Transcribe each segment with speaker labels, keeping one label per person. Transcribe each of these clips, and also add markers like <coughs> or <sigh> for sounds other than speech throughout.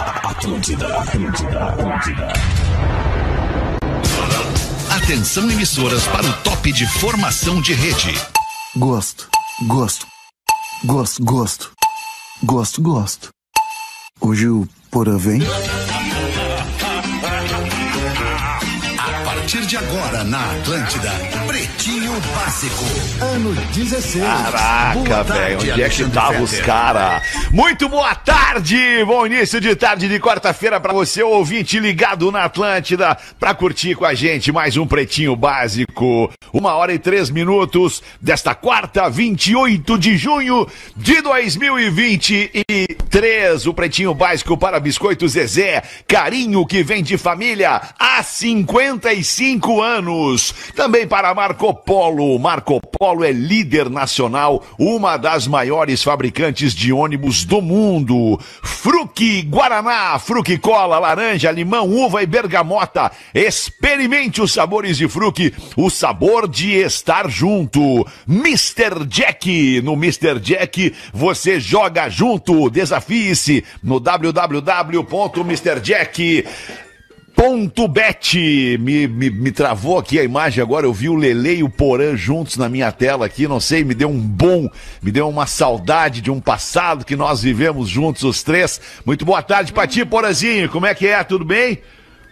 Speaker 1: Atlântida, Atlântida, Atlântida. Atenção emissoras para o top de formação de rede.
Speaker 2: Gosto, gosto, gosto, gosto, gosto, gosto. Hoje o Porã vem.
Speaker 1: A partir de agora na Atlântida, Pretinho Básico.
Speaker 3: Ano 16.
Speaker 4: Caraca, velho, onde é que estavam os caras? Muito boa tarde, bom início de tarde de quarta-feira pra você, ouvinte ligado na Atlântida, pra curtir com a gente mais um Pretinho Básico. Uma hora e três minutos desta quarta, 28 de junho de 2023. O Pretinho Básico para Biscoito Zezé, carinho que vem de família há 55 anos. Também para Marco Polo, Marco Polo é líder nacional, uma das maiores fabricantes de ônibus do mundo. Fruque Guaraná, Fruque Cola, laranja, limão, uva e bergamota. Experimente os sabores de Fruque, o sabor de estar junto. Mr. Jack, no Mr. Jack você joga junto, desafie-se no www.mrjack Ponto Bet. Me, me, me travou aqui a imagem agora. Eu vi o Lele e o Porã juntos na minha tela aqui. Não sei, me deu um bom, me deu uma saudade de um passado que nós vivemos juntos, os três. Muito boa tarde pra ti, Porãzinho. Como é que é? Tudo bem?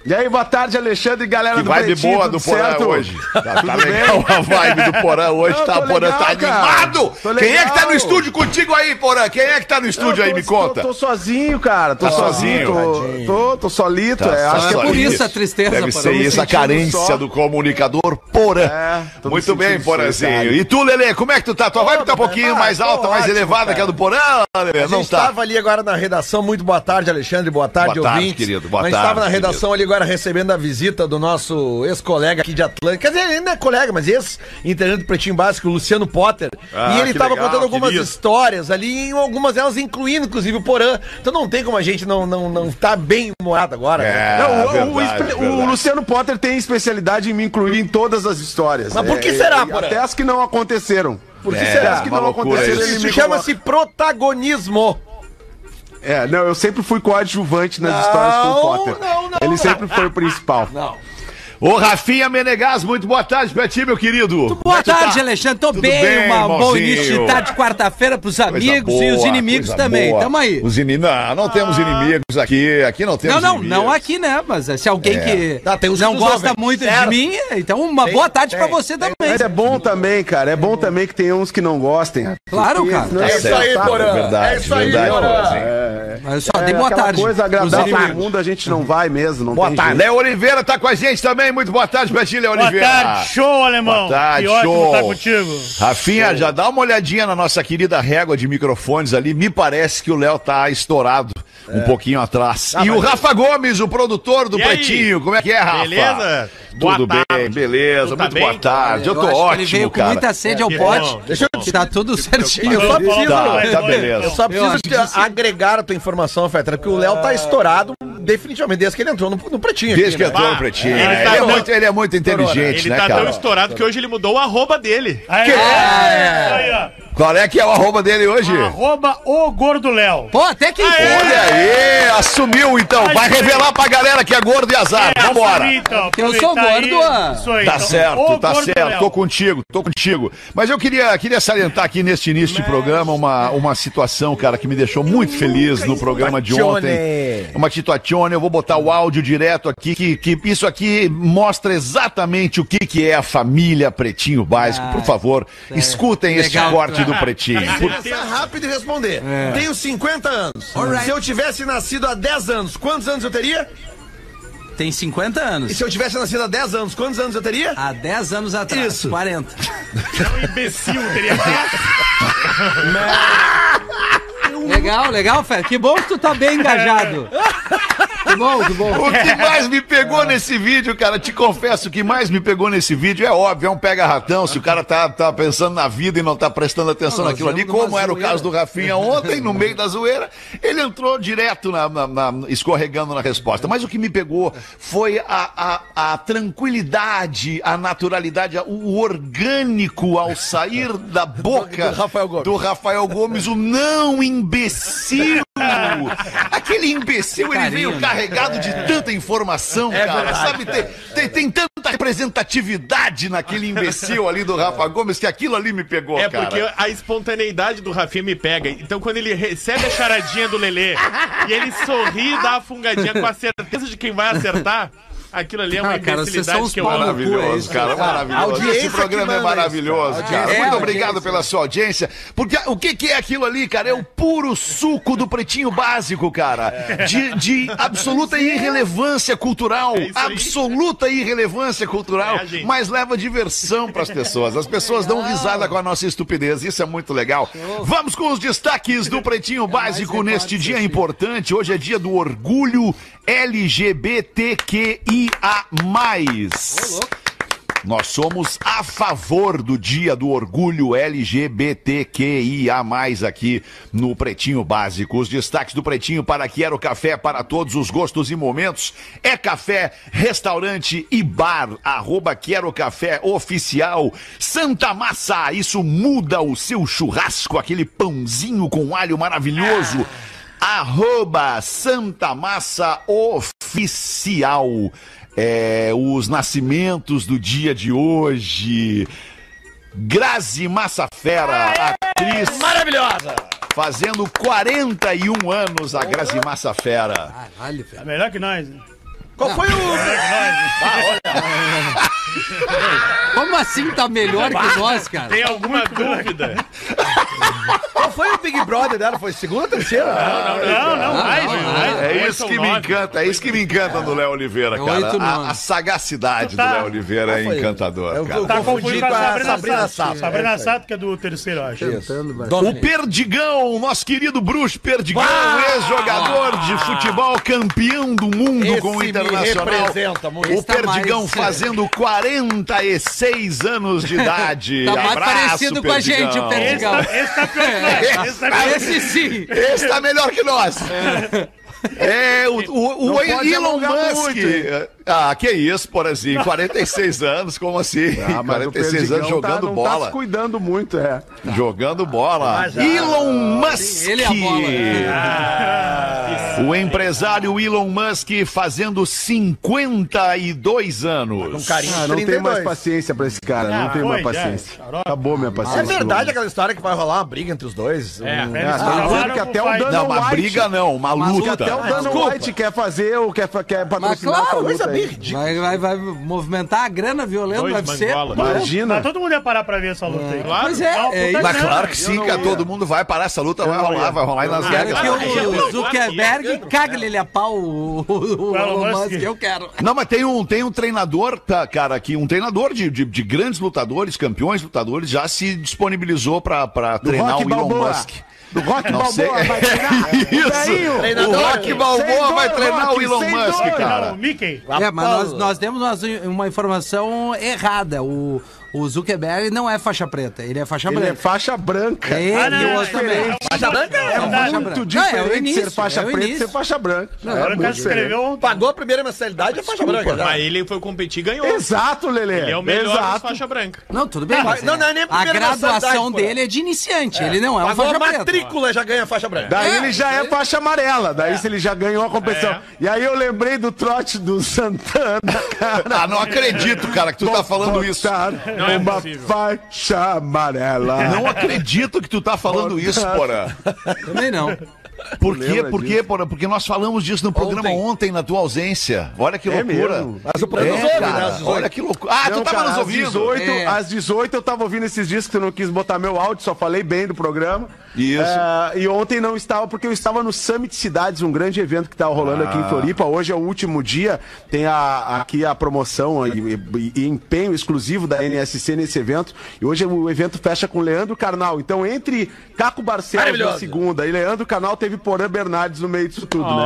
Speaker 3: E aí, boa tarde, Alexandre e galera
Speaker 4: Que
Speaker 3: do
Speaker 4: vibe
Speaker 3: Pretinho,
Speaker 4: boa
Speaker 3: tudo
Speaker 4: do Porã
Speaker 3: certo? <laughs>
Speaker 4: hoje. Tá, tá
Speaker 3: Tudo
Speaker 4: legal
Speaker 3: bem?
Speaker 4: a vibe
Speaker 3: <laughs>
Speaker 4: do Porã hoje.
Speaker 3: Não,
Speaker 4: tá,
Speaker 3: tô
Speaker 4: o Porã tá
Speaker 3: legal, cara.
Speaker 4: animado.
Speaker 3: Tô
Speaker 4: Quem é que tá
Speaker 3: legal.
Speaker 4: no estúdio contigo aí, Porã? Quem é que tá no estúdio
Speaker 3: Eu
Speaker 4: aí?
Speaker 3: tô-
Speaker 4: Me conta.
Speaker 3: Tô, tô sozinho, cara. Tô
Speaker 4: Tá
Speaker 3: sozinho.
Speaker 4: sozinho.
Speaker 3: Tô, tô, tô solito.
Speaker 4: Tá,
Speaker 3: é, acho
Speaker 4: só
Speaker 3: que é
Speaker 4: isso.
Speaker 3: por isso.
Speaker 5: a tristeza,
Speaker 4: Deve ser
Speaker 5: Porã. Tô me
Speaker 4: isso a
Speaker 3: sentindo
Speaker 4: carência
Speaker 3: só.
Speaker 4: do comunicador Porã.
Speaker 3: É, tô me
Speaker 4: Muito
Speaker 3: sentindo
Speaker 4: bem, Porãzinho.
Speaker 3: solidário.
Speaker 4: E tu, Lelê, como é que tu tá? Tua vibe tá um pouquinho
Speaker 6: Ah,
Speaker 4: mais
Speaker 6: tô
Speaker 4: alta, mais
Speaker 6: ótimo,
Speaker 4: elevada
Speaker 6: cara.
Speaker 4: que a do Porã, Lelê?
Speaker 6: A
Speaker 4: Não
Speaker 6: gente
Speaker 4: tá.
Speaker 6: estava ali agora na redação. Muito boa tarde, Alexandre. Boa tarde,
Speaker 4: Boa tarde,
Speaker 6: ouvintes.
Speaker 4: querido. Boa
Speaker 6: a gente
Speaker 4: tarde,
Speaker 6: estava na redação ali agora recebendo a visita do nosso ex-colega aqui de Atlântica. Quer dizer, ele não é colega, mas ex-integrante do Pretinho Básico, Luciano Potter.
Speaker 4: Ah,
Speaker 6: e ele
Speaker 4: que
Speaker 6: estava
Speaker 4: legal,
Speaker 6: contando algumas
Speaker 4: querido.
Speaker 6: histórias ali, e algumas delas incluindo, inclusive, o Porã. Então não tem como a gente não, não, não tá bem humorado agora. né?
Speaker 3: Não, o- o,
Speaker 4: É, verdade, é
Speaker 3: espe- o
Speaker 4: verdade.
Speaker 3: Luciano Potter tem especialidade em me incluir em todas as histórias. É,
Speaker 6: Mas por que será, Porã?
Speaker 3: Até as que não aconteceram. Por
Speaker 4: É, uma loucura isso.
Speaker 3: ele
Speaker 6: Isso
Speaker 3: me
Speaker 6: chama-se protagonismo.
Speaker 3: coloca- É, não, eu sempre fui coadjuvante nas histórias com o Potter.
Speaker 6: não, não.
Speaker 3: Ele sempre foi o principal.
Speaker 4: Ô, Rafinha Menegas, muito boa tarde pra ti, meu querido. Como
Speaker 5: Boa
Speaker 4: é que tu
Speaker 5: tarde,
Speaker 4: tá?
Speaker 5: Alexandre. Tô
Speaker 4: Tudo
Speaker 5: bem,
Speaker 4: bem,
Speaker 5: uma, um bom
Speaker 4: irmãozinho?
Speaker 5: início de tarde, quarta-feira, pros
Speaker 4: Coisa
Speaker 5: amigos e os
Speaker 4: boa,
Speaker 5: inimigos
Speaker 4: coisa
Speaker 5: também.
Speaker 4: boa.
Speaker 5: Tamo aí. Ah.
Speaker 4: Os ini... Não, não temos inimigos aqui. Aqui não temos
Speaker 5: Não, não,
Speaker 4: inimigos.
Speaker 5: não aqui, né? Mas se alguém
Speaker 4: É.
Speaker 5: que
Speaker 6: Ah, tem uns que
Speaker 5: não
Speaker 6: nos
Speaker 5: gosta
Speaker 6: ouvem.
Speaker 5: muito de
Speaker 6: Certo.
Speaker 5: mim, então uma boa tarde pra
Speaker 6: tem,
Speaker 5: você também.
Speaker 3: Mas é bom também, cara. É bom também que tem uns que não gostem.
Speaker 5: Claro,
Speaker 3: Porque
Speaker 5: cara.
Speaker 3: senão
Speaker 6: É
Speaker 3: já
Speaker 6: isso
Speaker 3: tá-
Speaker 6: aí, Porã.
Speaker 4: verdade,
Speaker 6: É isso aí,
Speaker 4: verdade,
Speaker 6: Porã.
Speaker 4: Porãzinho.
Speaker 5: Mas eu só
Speaker 3: É,
Speaker 5: dei boa
Speaker 3: aquela
Speaker 5: tarde.
Speaker 3: coisa
Speaker 5: pros
Speaker 3: agradável ao
Speaker 5: inimigos.
Speaker 3: mundo a gente não vai mesmo, não
Speaker 6: Boa
Speaker 3: tem
Speaker 6: tarde.
Speaker 3: jeito.
Speaker 4: Léo Oliveira tá com a gente também. Muito boa tarde pra ti, Léo
Speaker 7: Boa
Speaker 4: Oliveira.
Speaker 7: tarde, show,
Speaker 4: Boa
Speaker 7: alemão.
Speaker 4: tarde,
Speaker 7: que ótimo
Speaker 4: show.
Speaker 7: estar contigo.
Speaker 4: Rafinha, já dá uma olhadinha na nossa querida régua de microfones ali. Me parece que o Léo tá estourado um
Speaker 7: É.
Speaker 4: pouquinho atrás. e o Rafa Gomes, o produtor do
Speaker 7: Ah, E aí?
Speaker 4: Pretinho. Como é que é, Rafa?
Speaker 7: Beleza?
Speaker 4: Tudo
Speaker 7: Boa tarde.
Speaker 4: bem, beleza.
Speaker 7: Tu tá
Speaker 4: Muito
Speaker 7: bem,
Speaker 4: boa tarde. Eu tô
Speaker 5: acho que
Speaker 4: ótimo,
Speaker 5: Ele veio com
Speaker 4: cara.
Speaker 5: muita sede ao
Speaker 7: que
Speaker 5: pote.
Speaker 7: bom.
Speaker 6: Deixa eu
Speaker 5: Que tá tudo certinho.
Speaker 6: Eu só preciso.
Speaker 4: Tá, tá beleza.
Speaker 6: Eu só preciso
Speaker 5: acho que isso-
Speaker 6: agregar a tua informação, Fetra, porque o Léo tá estourado definitivamente desde que ele entrou no, no pretinho.
Speaker 4: Desde que
Speaker 6: aqui, né?
Speaker 4: entrou no Pretinho.
Speaker 7: Ele
Speaker 4: né? Ele,
Speaker 7: tá
Speaker 4: é
Speaker 7: tão-
Speaker 4: muito, ele é muito inteligente,
Speaker 7: Ele
Speaker 4: né,
Speaker 7: tá tão
Speaker 4: cara?
Speaker 7: estourado que hoje ele mudou o arroba dele.
Speaker 4: Que-
Speaker 7: Aí, ó.
Speaker 4: Qual é que é o arroba dele hoje?
Speaker 7: Ah, Arroba o Gordo Léo.
Speaker 5: Pô, até que enfim.
Speaker 4: Olha
Speaker 7: É.
Speaker 4: aí, assumiu então. Vai
Speaker 7: Ai, gente.
Speaker 4: revelar pra galera que é gordo e azar.
Speaker 7: Tá É,
Speaker 4: Vambora.
Speaker 7: assumi, então,
Speaker 5: Eu sou
Speaker 7: aproveitar
Speaker 5: gordo, ah.
Speaker 7: Isso aí,
Speaker 4: Tá
Speaker 7: então,
Speaker 4: certo,
Speaker 7: o
Speaker 4: tá
Speaker 7: Gordo
Speaker 4: certo.
Speaker 7: Léo.
Speaker 4: Tô contigo, tô contigo. Mas eu queria, queria salientar aqui neste início de programa uma, uma situação, cara, que me deixou muito feliz no programa de ontem.
Speaker 6: Tatione.
Speaker 4: Uma tituatione, eu vou botar o áudio direto aqui, que, que isso aqui mostra exatamente o que, que é a família Pretinho Básico. Por favor, escutem este
Speaker 5: Legal.
Speaker 4: corte do Pretinho. Por-
Speaker 6: Pensar rápido e responder. Tenho 50 anos. Se eu tivesse nascido há 10 anos, quantos anos eu teria?
Speaker 5: Tem 50
Speaker 6: E
Speaker 5: anos.
Speaker 6: se eu tivesse nascido há 10 anos, quantos anos eu teria?
Speaker 5: Há 10 anos atrás.
Speaker 6: Isso.
Speaker 5: 40.
Speaker 7: É um imbecil,
Speaker 4: <laughs>
Speaker 7: teria que
Speaker 5: Legal, legal, Fer. Que bom que tu tá bem engajado. Que bom, que bom.
Speaker 4: <laughs> O que mais me pegou nesse vídeo, cara, te confesso, o que mais me pegou nesse vídeo é óbvio, é um pega-ratão, se o cara tá, tá pensando na vida e não tá prestando atenção
Speaker 5: Não, nós
Speaker 4: naquilo ali,
Speaker 5: viemos numa
Speaker 4: como era o
Speaker 5: zoeira.
Speaker 4: caso do Rafinha ontem, no meio da zoeira, ele entrou direto na, na- na- escorregando na resposta. Mas o que me pegou foi a, a- a tranquilidade, a naturalidade, o, o orgânico ao sair
Speaker 5: <laughs>
Speaker 4: da boca
Speaker 6: Do Rafael Gomes.
Speaker 5: <laughs>
Speaker 4: do Rafael Gomes, o não imbecil. Aquele imbecil, ele
Speaker 5: Carinho,
Speaker 4: veio
Speaker 5: né?
Speaker 4: carregado de tanta informação, cara. Sabe, tem, tem, tem tanta representatividade naquele imbecil ali do Rafa Gomes que aquilo ali me pegou,
Speaker 7: É
Speaker 4: cara.
Speaker 7: porque a espontaneidade do Rafinha me pega. Então, quando ele recebe a charadinha do Lelê e ele sorri e dá a fungadinha com a certeza de quem vai acertar, aquilo ali é uma
Speaker 5: Ah, cara, vocês são
Speaker 7: imbecilidade
Speaker 5: uns
Speaker 7: que eu
Speaker 5: pau no cu. é
Speaker 4: Maravilhoso,
Speaker 5: isso,
Speaker 4: cara, maravilhoso.
Speaker 6: audiência
Speaker 4: Esse programa
Speaker 6: que
Speaker 4: é
Speaker 6: manda
Speaker 4: mausoso,
Speaker 6: isso,
Speaker 4: cara.
Speaker 5: É,
Speaker 4: Muito
Speaker 5: audiência.
Speaker 4: obrigado pela sua audiência. Porque o que, que é aquilo ali, cara? É o puro suco do pretinho básico, cara. De, de absoluta irrelevância cultural.
Speaker 7: isso aí.
Speaker 4: absoluta irrelevância cultural.
Speaker 7: É, gente.
Speaker 4: mas leva diversão pras pessoas. As pessoas dão risada com a nossa estupidez. Isso é muito legal. Vamos com os destaques do pretinho básico neste dia importante. Hoje é dia do orgulho LGBTQIA. Nós somos a favor do Dia do Orgulho LGBTQIA+, aqui no Pretinho Básico. Os destaques do Pretinho para que era o café para todos os gostos e momentos. É café, restaurante e bar, arroba Quero Café Oficial. Santa Massa, isso muda o seu churrasco, aquele pãozinho com alho maravilhoso. Arroba Santa Massa Oficial. É, os nascimentos do dia de hoje. Grazi Massafera, atriz
Speaker 6: Maravilhosa!
Speaker 4: fazendo 41 anos a Grazi Massafera.
Speaker 5: Caralho, velho.
Speaker 7: Melhor que nós, né?
Speaker 6: Qual foi o.
Speaker 5: Como assim tá melhor que nós, cara?
Speaker 7: Tem alguma dúvida?
Speaker 6: Qual foi o <laughs> Big Brother dela? Foi segunda ou terceira?
Speaker 7: Não, não, mais,
Speaker 5: não,
Speaker 4: É
Speaker 7: mais. Ah, Oito
Speaker 4: isso
Speaker 7: ou
Speaker 4: que me
Speaker 7: nove.
Speaker 4: encanta, é isso que me encanta do Léo Oliveira,
Speaker 5: É
Speaker 4: cara.
Speaker 5: oito,
Speaker 4: A,
Speaker 5: nove.
Speaker 4: a sagacidade do
Speaker 7: Tá.
Speaker 4: Léo Oliveira é
Speaker 6: Foi.
Speaker 4: encantador,
Speaker 6: Eu- eu
Speaker 4: cara.
Speaker 7: Tá confundindo com a Sabrina, Sabrina Sato.
Speaker 6: Sato.
Speaker 7: Sabrina
Speaker 6: É,
Speaker 7: Sato, que é do terceiro, eu acho.
Speaker 4: O Perdigão, nosso querido bruxo Perdigão, ex-jogador de futebol, campeão do mundo
Speaker 6: Esse
Speaker 4: com o
Speaker 6: me
Speaker 4: Internacional.
Speaker 6: representa muito.
Speaker 4: O
Speaker 5: Esse tá
Speaker 4: Perdigão
Speaker 5: mais-
Speaker 4: fazendo 46 anos de idade.
Speaker 5: <laughs> Tá mais
Speaker 4: Abraço,
Speaker 5: parecido com a gente, o
Speaker 7: Esse
Speaker 5: Perdigão.
Speaker 7: tá, esse tá pior que nós. Esse tá pior que
Speaker 5: Esse sim.
Speaker 4: Esse tá melhor que nós. É, o, o- o Elon Musk. ah, que isso, Porazinho? 46 anos, como assim?
Speaker 3: Ah, mas o
Speaker 4: 46 anos
Speaker 3: Perdigão tá-
Speaker 4: jogando
Speaker 3: não Tá
Speaker 4: bola.
Speaker 3: se cuidando muito, é.
Speaker 4: Jogando bola.
Speaker 6: já-
Speaker 4: Elon Musk. Ah,
Speaker 5: Ele é a bola.
Speaker 4: O empresário Elon Musk fazendo 52 anos.
Speaker 6: Carinho,
Speaker 3: Ah, não tenho mais
Speaker 6: 32.
Speaker 3: paciência pra esse cara,
Speaker 5: Ah,
Speaker 3: não tenho mais
Speaker 7: foi,
Speaker 5: é.
Speaker 7: já.
Speaker 3: paciência. Acabou minha paciência.
Speaker 6: É verdade
Speaker 3: Lobo.
Speaker 6: aquela história que vai rolar uma briga entre os dois?
Speaker 7: É,
Speaker 6: Um-
Speaker 7: eles
Speaker 3: Ah, tá
Speaker 7: falaram
Speaker 3: dizendo que
Speaker 7: pro
Speaker 3: até o
Speaker 7: pai-
Speaker 3: Dano-
Speaker 4: Não, uma
Speaker 3: White.
Speaker 4: briga não, uma luta.
Speaker 3: Até o Dana White Então, quer fazer, ou quer, quer patrocinar
Speaker 5: claro,
Speaker 3: essa
Speaker 6: Coisa
Speaker 3: luta
Speaker 6: bem
Speaker 3: aí.
Speaker 6: ridícula.
Speaker 5: Vai, vai, vai movimentar a grana violenta do
Speaker 7: Dois
Speaker 5: UFC.
Speaker 7: mangola.
Speaker 3: Imagina.
Speaker 7: Mas todo mundo ia parar pra ver essa luta aí. Claro.
Speaker 5: Pois é, é
Speaker 7: Não, puta
Speaker 5: isso.
Speaker 4: Mas
Speaker 7: grana.
Speaker 4: claro que sim, cara. Todo mundo vai parar essa luta, vai rolar, vai rolar em Las
Speaker 5: Quero
Speaker 4: Vegas.
Speaker 5: que
Speaker 7: eu
Speaker 5: o
Speaker 7: não-
Speaker 5: Zuckerberg cague-lhe a pau o, o, o
Speaker 7: Elon
Speaker 5: Elon
Speaker 7: Musk.
Speaker 5: Musk. Eu quero.
Speaker 4: Não, mas tem um, tem um treinador, tá, cara, que um treinador de, de, de grandes lutadores, campeões lutadores, já se disponibilizou pra, pra
Speaker 3: Do
Speaker 4: treinar o
Speaker 3: Rock
Speaker 4: Elon
Speaker 3: Balboa.
Speaker 4: Musk.
Speaker 3: Do Rock
Speaker 4: Não sei.
Speaker 3: Balboa vai treinar.
Speaker 4: <laughs> Isso!
Speaker 6: Treinador.
Speaker 4: O Rock Balboa
Speaker 3: Sem
Speaker 4: vai
Speaker 3: dor,
Speaker 4: treinar o
Speaker 3: Rock,
Speaker 4: Elon
Speaker 3: sem
Speaker 4: Musk,
Speaker 3: dor.
Speaker 4: cara.
Speaker 7: Não, Mickey.
Speaker 5: É, mas
Speaker 6: Paulo.
Speaker 5: nós, nós temos uma, uma informação errada. O, o Zuckerberg não é faixa preta, ele é faixa
Speaker 3: Ele é
Speaker 5: branca.
Speaker 3: faixa branca.
Speaker 5: É,
Speaker 7: Ah, não,
Speaker 5: e o
Speaker 7: não,
Speaker 5: outro
Speaker 7: não,
Speaker 5: também.
Speaker 7: não,
Speaker 6: Faixa branca?
Speaker 7: não, não,
Speaker 5: É faixa branca.
Speaker 3: Muito
Speaker 5: Não, é o
Speaker 3: diferente
Speaker 5: início,
Speaker 3: ser faixa
Speaker 5: é o
Speaker 3: preta e
Speaker 5: início.
Speaker 3: ser faixa branca. É
Speaker 7: Agora o cara
Speaker 3: muito diferente.
Speaker 7: escreveu ontem.
Speaker 6: Pagou a primeira mensalidade, é faixa branca. já.
Speaker 8: Mas ele foi competir e ganhou.
Speaker 3: Exato, Lelê.
Speaker 8: Ele é o melhor da
Speaker 3: Exato.
Speaker 8: faixa branca.
Speaker 5: Não, tudo bem. mas
Speaker 6: não,
Speaker 5: é-
Speaker 6: não é nem a
Speaker 5: a
Speaker 6: primeira
Speaker 5: graduação
Speaker 6: nacionalidade, porra.
Speaker 5: dele é de iniciante, ele não é um
Speaker 6: Pagou
Speaker 5: faixa
Speaker 6: a
Speaker 5: preta.
Speaker 6: matrícula, já ganha a faixa branca.
Speaker 3: Daí
Speaker 5: É,
Speaker 3: ele já é
Speaker 5: ele-
Speaker 3: faixa amarela. Daí se ele já ganhou a competição.
Speaker 8: É.
Speaker 3: E aí eu lembrei do trote do Santana, cara.
Speaker 4: Ah, não acredito, cara, que tu tá falando isso.
Speaker 3: Botar
Speaker 8: é
Speaker 3: uma
Speaker 8: possível.
Speaker 3: faixa amarela.
Speaker 4: Não acredito que tu tá falando isso,
Speaker 3: <laughs>
Speaker 4: Porã.
Speaker 5: Também não.
Speaker 4: Por quê?
Speaker 3: lembra
Speaker 4: Por quê, Porã? Porque nós falamos disso no programa ontem, na tua ausência. Olha que
Speaker 3: É
Speaker 4: loucura.
Speaker 3: mesmo?
Speaker 4: Mas o
Speaker 6: programa
Speaker 4: é,
Speaker 6: soube, né,
Speaker 4: cara.
Speaker 6: às 18.
Speaker 4: Olha que loucura. Ah,
Speaker 3: Não,
Speaker 4: tu tava
Speaker 3: cara,
Speaker 4: nos
Speaker 3: às
Speaker 4: ouvindo.
Speaker 3: 18,
Speaker 5: É.
Speaker 3: Às 18 eu tava ouvindo esses dias que tu não quis botar meu áudio, só falei bem do programa.
Speaker 4: Isso.
Speaker 3: É, e ontem não estava, porque eu estava no Summit Cidades, um grande evento que tá rolando aqui
Speaker 4: Ah.
Speaker 3: em Floripa. Hoje é o último dia, tem a- aqui a promoção e, e- e empenho exclusivo da NSC nesse evento. E hoje o evento fecha com Leandro Carnal. Então, entre Caco Barcelos na
Speaker 6: Maravilhoso.
Speaker 3: segunda e Leandro Carnal, teve Porã Bernardes no meio disso tudo,
Speaker 4: Oh.
Speaker 3: né?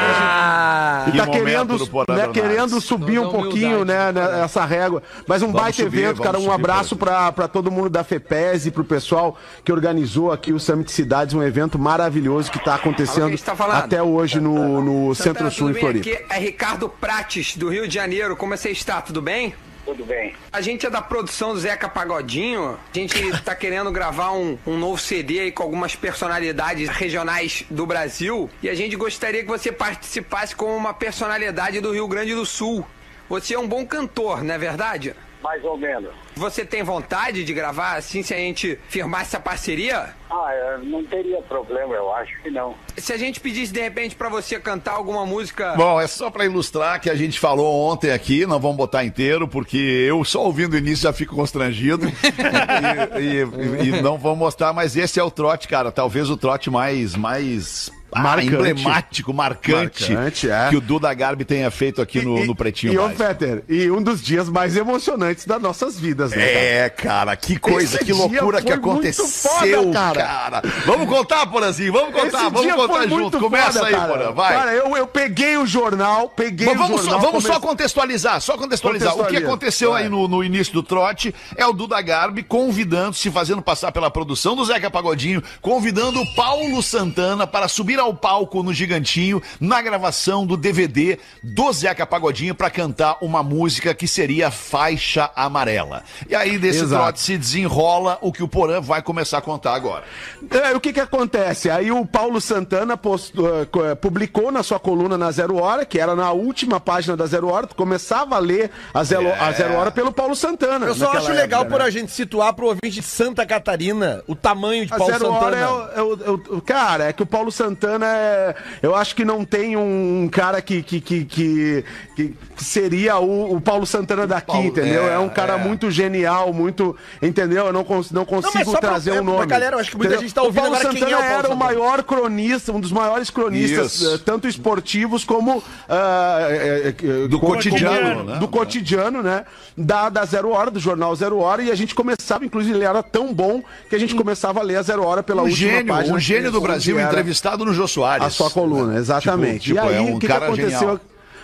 Speaker 6: Ah,
Speaker 3: E tá
Speaker 4: Que momento
Speaker 3: querendo,
Speaker 4: do Porã
Speaker 3: né,
Speaker 4: Bernardes.
Speaker 3: querendo subir um
Speaker 5: Toda
Speaker 3: pouquinho, né,
Speaker 5: humildade,
Speaker 3: né, essa régua. Mas um baita
Speaker 4: subir,
Speaker 3: evento,
Speaker 4: vamos
Speaker 3: cara. Um
Speaker 4: subir,
Speaker 3: abraço pra, pra todo mundo da FEPES e pro pessoal que organizou aqui o Summit Cidades, um evento maravilhoso que tá acontecendo
Speaker 9: está falando. Tá,
Speaker 3: até hoje no, no
Speaker 9: Santana,
Speaker 3: Centro-Sul em
Speaker 9: tudo bem?
Speaker 3: Floripa.
Speaker 9: Aqui é Ricardo Prates, do Rio de Janeiro. Como é que você está? Tudo bem? Tudo bem. A gente é da produção do Zeca Pagodinho. A gente tá querendo gravar um, um novo CD aí com algumas personalidades regionais do Brasil. E a gente gostaria que você participasse como uma personalidade do Rio Grande do Sul. Você é um bom cantor, não é verdade?
Speaker 10: Mais ou menos.
Speaker 9: Você tem vontade de gravar assim se a gente firmar essa parceria?
Speaker 10: Ah, eu não teria problema, eu acho que não.
Speaker 9: Se a gente pedisse de repente pra você cantar alguma música.
Speaker 4: Bom, é só pra ilustrar que a gente falou ontem aqui, não vamos botar inteiro, porque eu só ouvindo o início já fico constrangido.
Speaker 3: <laughs>
Speaker 4: e, e- e- e não vou mostrar, mas esse é o trote, cara. Talvez o trote mais. mais... ah,
Speaker 3: Marcante.
Speaker 4: emblemático, marcante,
Speaker 3: Marcante, é.
Speaker 4: que o Duda Garbi tem feito aqui no, no Pretinho.
Speaker 3: E, ô,
Speaker 4: Básico.
Speaker 3: Peter, e um dos dias mais emocionantes das nossas vidas, né? cara?
Speaker 4: É, cara, que coisa,
Speaker 3: Esse
Speaker 4: que
Speaker 3: dia
Speaker 4: loucura que
Speaker 3: foi muito
Speaker 4: aconteceu,
Speaker 3: foda,
Speaker 4: cara.
Speaker 3: cara.
Speaker 4: Vamos contar, Porazinho, vamos contar,
Speaker 3: Esse
Speaker 4: vamos
Speaker 3: dia
Speaker 4: contar
Speaker 3: foi
Speaker 4: junto.
Speaker 3: muito
Speaker 4: Começa
Speaker 3: foda,
Speaker 4: aí,
Speaker 3: cara.
Speaker 4: Porã, vai.
Speaker 3: Cara, eu, eu peguei o jornal, peguei
Speaker 4: Mas
Speaker 3: o
Speaker 4: vamos só,
Speaker 3: jornal.
Speaker 4: vamos só
Speaker 3: comecei-
Speaker 4: contextualizar, só contextualizar. O que
Speaker 3: Contextualiza, é.
Speaker 4: aconteceu aí no, no início do trote é o Duda Garbi convidando, se fazendo passar pela produção do Zeca Pagodinho, convidando o Paulo Santana para subir ao palco no Gigantinho na gravação do DVD do Zeca Pagodinho para cantar uma música que seria Faixa Amarela. E aí desse
Speaker 3: Exato.
Speaker 4: trote se desenrola o que o Porã vai começar a contar agora.
Speaker 3: É, o que que acontece? Aí o Paulo Santana postou, eh, co- eh, publicou na sua coluna na Zero Hora, que era na última página da Zero Hora, tu começava a ler a Zero, a Zero Hora pelo Paulo Santana.
Speaker 6: Eu só
Speaker 3: naquela
Speaker 6: acho legal
Speaker 3: época,
Speaker 6: por
Speaker 3: né?
Speaker 6: a gente situar pro ouvinte de Santa Catarina o tamanho de
Speaker 3: A
Speaker 6: Paulo
Speaker 3: Zero Hora
Speaker 6: Santana.
Speaker 3: é o, é o- é o- o- Cara, é que o Paulo Santana é. Eu acho que não tem um, um cara que, que, que, que, que seria o, o Paulo Santana daqui,
Speaker 4: Paulo-
Speaker 3: entendeu?
Speaker 4: é,
Speaker 3: É, um cara
Speaker 4: é.
Speaker 3: muito genial, muito. Entendeu? Eu não, cons- não consigo
Speaker 6: só pra-
Speaker 3: trazer
Speaker 6: é,
Speaker 3: um nome.
Speaker 6: pra galera, eu acho que muita
Speaker 3: entendeu?
Speaker 6: gente tá ouvindo
Speaker 3: O Paulo
Speaker 6: agora quem
Speaker 3: Santana
Speaker 6: é o Paulo
Speaker 3: era o
Speaker 6: Santana.
Speaker 3: maior cronista, um dos maiores cronistas,
Speaker 4: Isso.
Speaker 3: eh, tanto esportivos como. ah, eh, eh,
Speaker 4: Do
Speaker 3: como-
Speaker 4: cotidiano,
Speaker 3: como-
Speaker 4: né?
Speaker 3: Do cotidiano, né? Da, da Zero Hora, do jornal Zero Hora, e a gente começava, inclusive, ele era tão bom que a gente começava a ler a Zero Hora pela
Speaker 4: Um
Speaker 3: última
Speaker 4: gênio,
Speaker 3: página.
Speaker 4: um gênio do
Speaker 3: onde
Speaker 4: Brasil
Speaker 3: era
Speaker 4: entrevistado no Jô Soares.
Speaker 3: A sua coluna, exatamente.
Speaker 4: Tipo, tipo,
Speaker 3: e aí,
Speaker 4: é um
Speaker 3: o que, que
Speaker 4: cara
Speaker 3: aconteceu
Speaker 4: genial.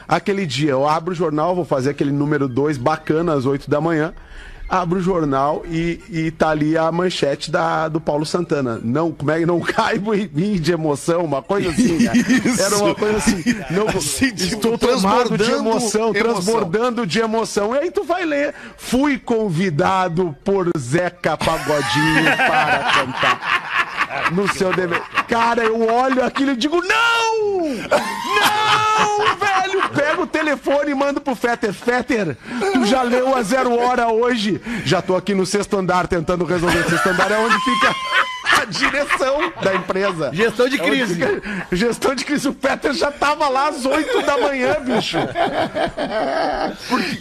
Speaker 3: aquele dia? Eu abro o jornal, vou fazer aquele número 2 bacana às 8 da manhã. Abro o jornal e, e tá ali a manchete da, do Paulo Santana. Não, como é que não <laughs> caibo em mim de emoção? Uma coisa assim, né?
Speaker 4: Isso.
Speaker 3: Era uma coisa
Speaker 4: <laughs>
Speaker 3: assim. Não,
Speaker 4: Assim, tipo,
Speaker 3: estou transbordando de
Speaker 4: transbordando
Speaker 3: emoção,
Speaker 4: emoção.
Speaker 3: transbordando de emoção. E aí tu vai ler. Fui convidado por Zeca Pagodinho <laughs> para cantar no seu dever. Cara, eu olho aquilo e digo, não! Não, velho! Pega o telefone e manda pro Fetter. Fetter, tu já leu a zero hora hoje. Já tô aqui no sexto andar tentando resolver. O sexto andar é onde fica a direção da empresa.
Speaker 6: Gestão de
Speaker 3: É onde
Speaker 6: crise.
Speaker 3: fica- Gestão de crise. O Fetter já tava lá às oito da manhã, bicho. O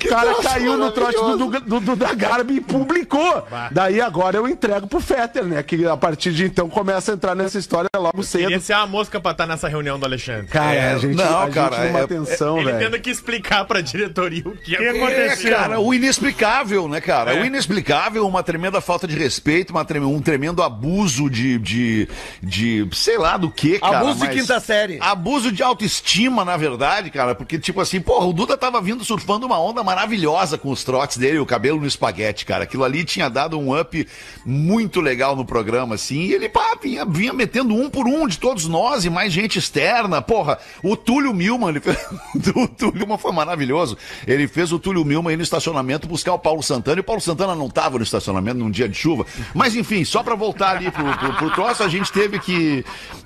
Speaker 3: cara caiu no trote do, Duda- do, Duda Garbi e publicou. Daí agora eu entrego pro Fetter, né? Que a partir de então começa a entrar nessa história logo
Speaker 7: Queria
Speaker 3: cedo.
Speaker 8: é-
Speaker 7: ser uma mosca pra estar nessa reunião do Alexandre.
Speaker 3: Cara,
Speaker 4: É,
Speaker 3: a gente,
Speaker 4: não,
Speaker 3: a gente
Speaker 4: cara,
Speaker 3: numa
Speaker 4: é-
Speaker 3: atenção,
Speaker 7: Ele
Speaker 3: velho.
Speaker 7: tendo que explicar pra diretoria o que
Speaker 8: O que
Speaker 7: é.
Speaker 4: É,
Speaker 8: aconteceu?
Speaker 4: cara, o inexplicável, né, cara?
Speaker 7: É.
Speaker 4: O inexplicável, uma tremenda falta de respeito, uma trem- um tremendo abuso de, de, de. sei lá do que, cara.
Speaker 6: Abuso de quinta série.
Speaker 4: Abuso de autoestima, na verdade, cara, porque, tipo assim, porra, o Duda tava vindo surfando uma onda maravilhosa com os trotes dele, o cabelo no espaguete, cara. Aquilo ali tinha dado um up muito legal no programa, assim, e ele, pá, vinha, vinha metendo um por um de todos nós e mais gente externa, porra. O Túlio Milman, ele fez... <laughs> o Túlio Milman foi maravilhoso. Ele fez o Túlio Milman ir no estacionamento buscar o Paulo Santana, e o Paulo Santana não tava no estacionamento num dia de chuva. Mas, enfim, só pra voltar ali pro, pro, pro troço, a gente teve que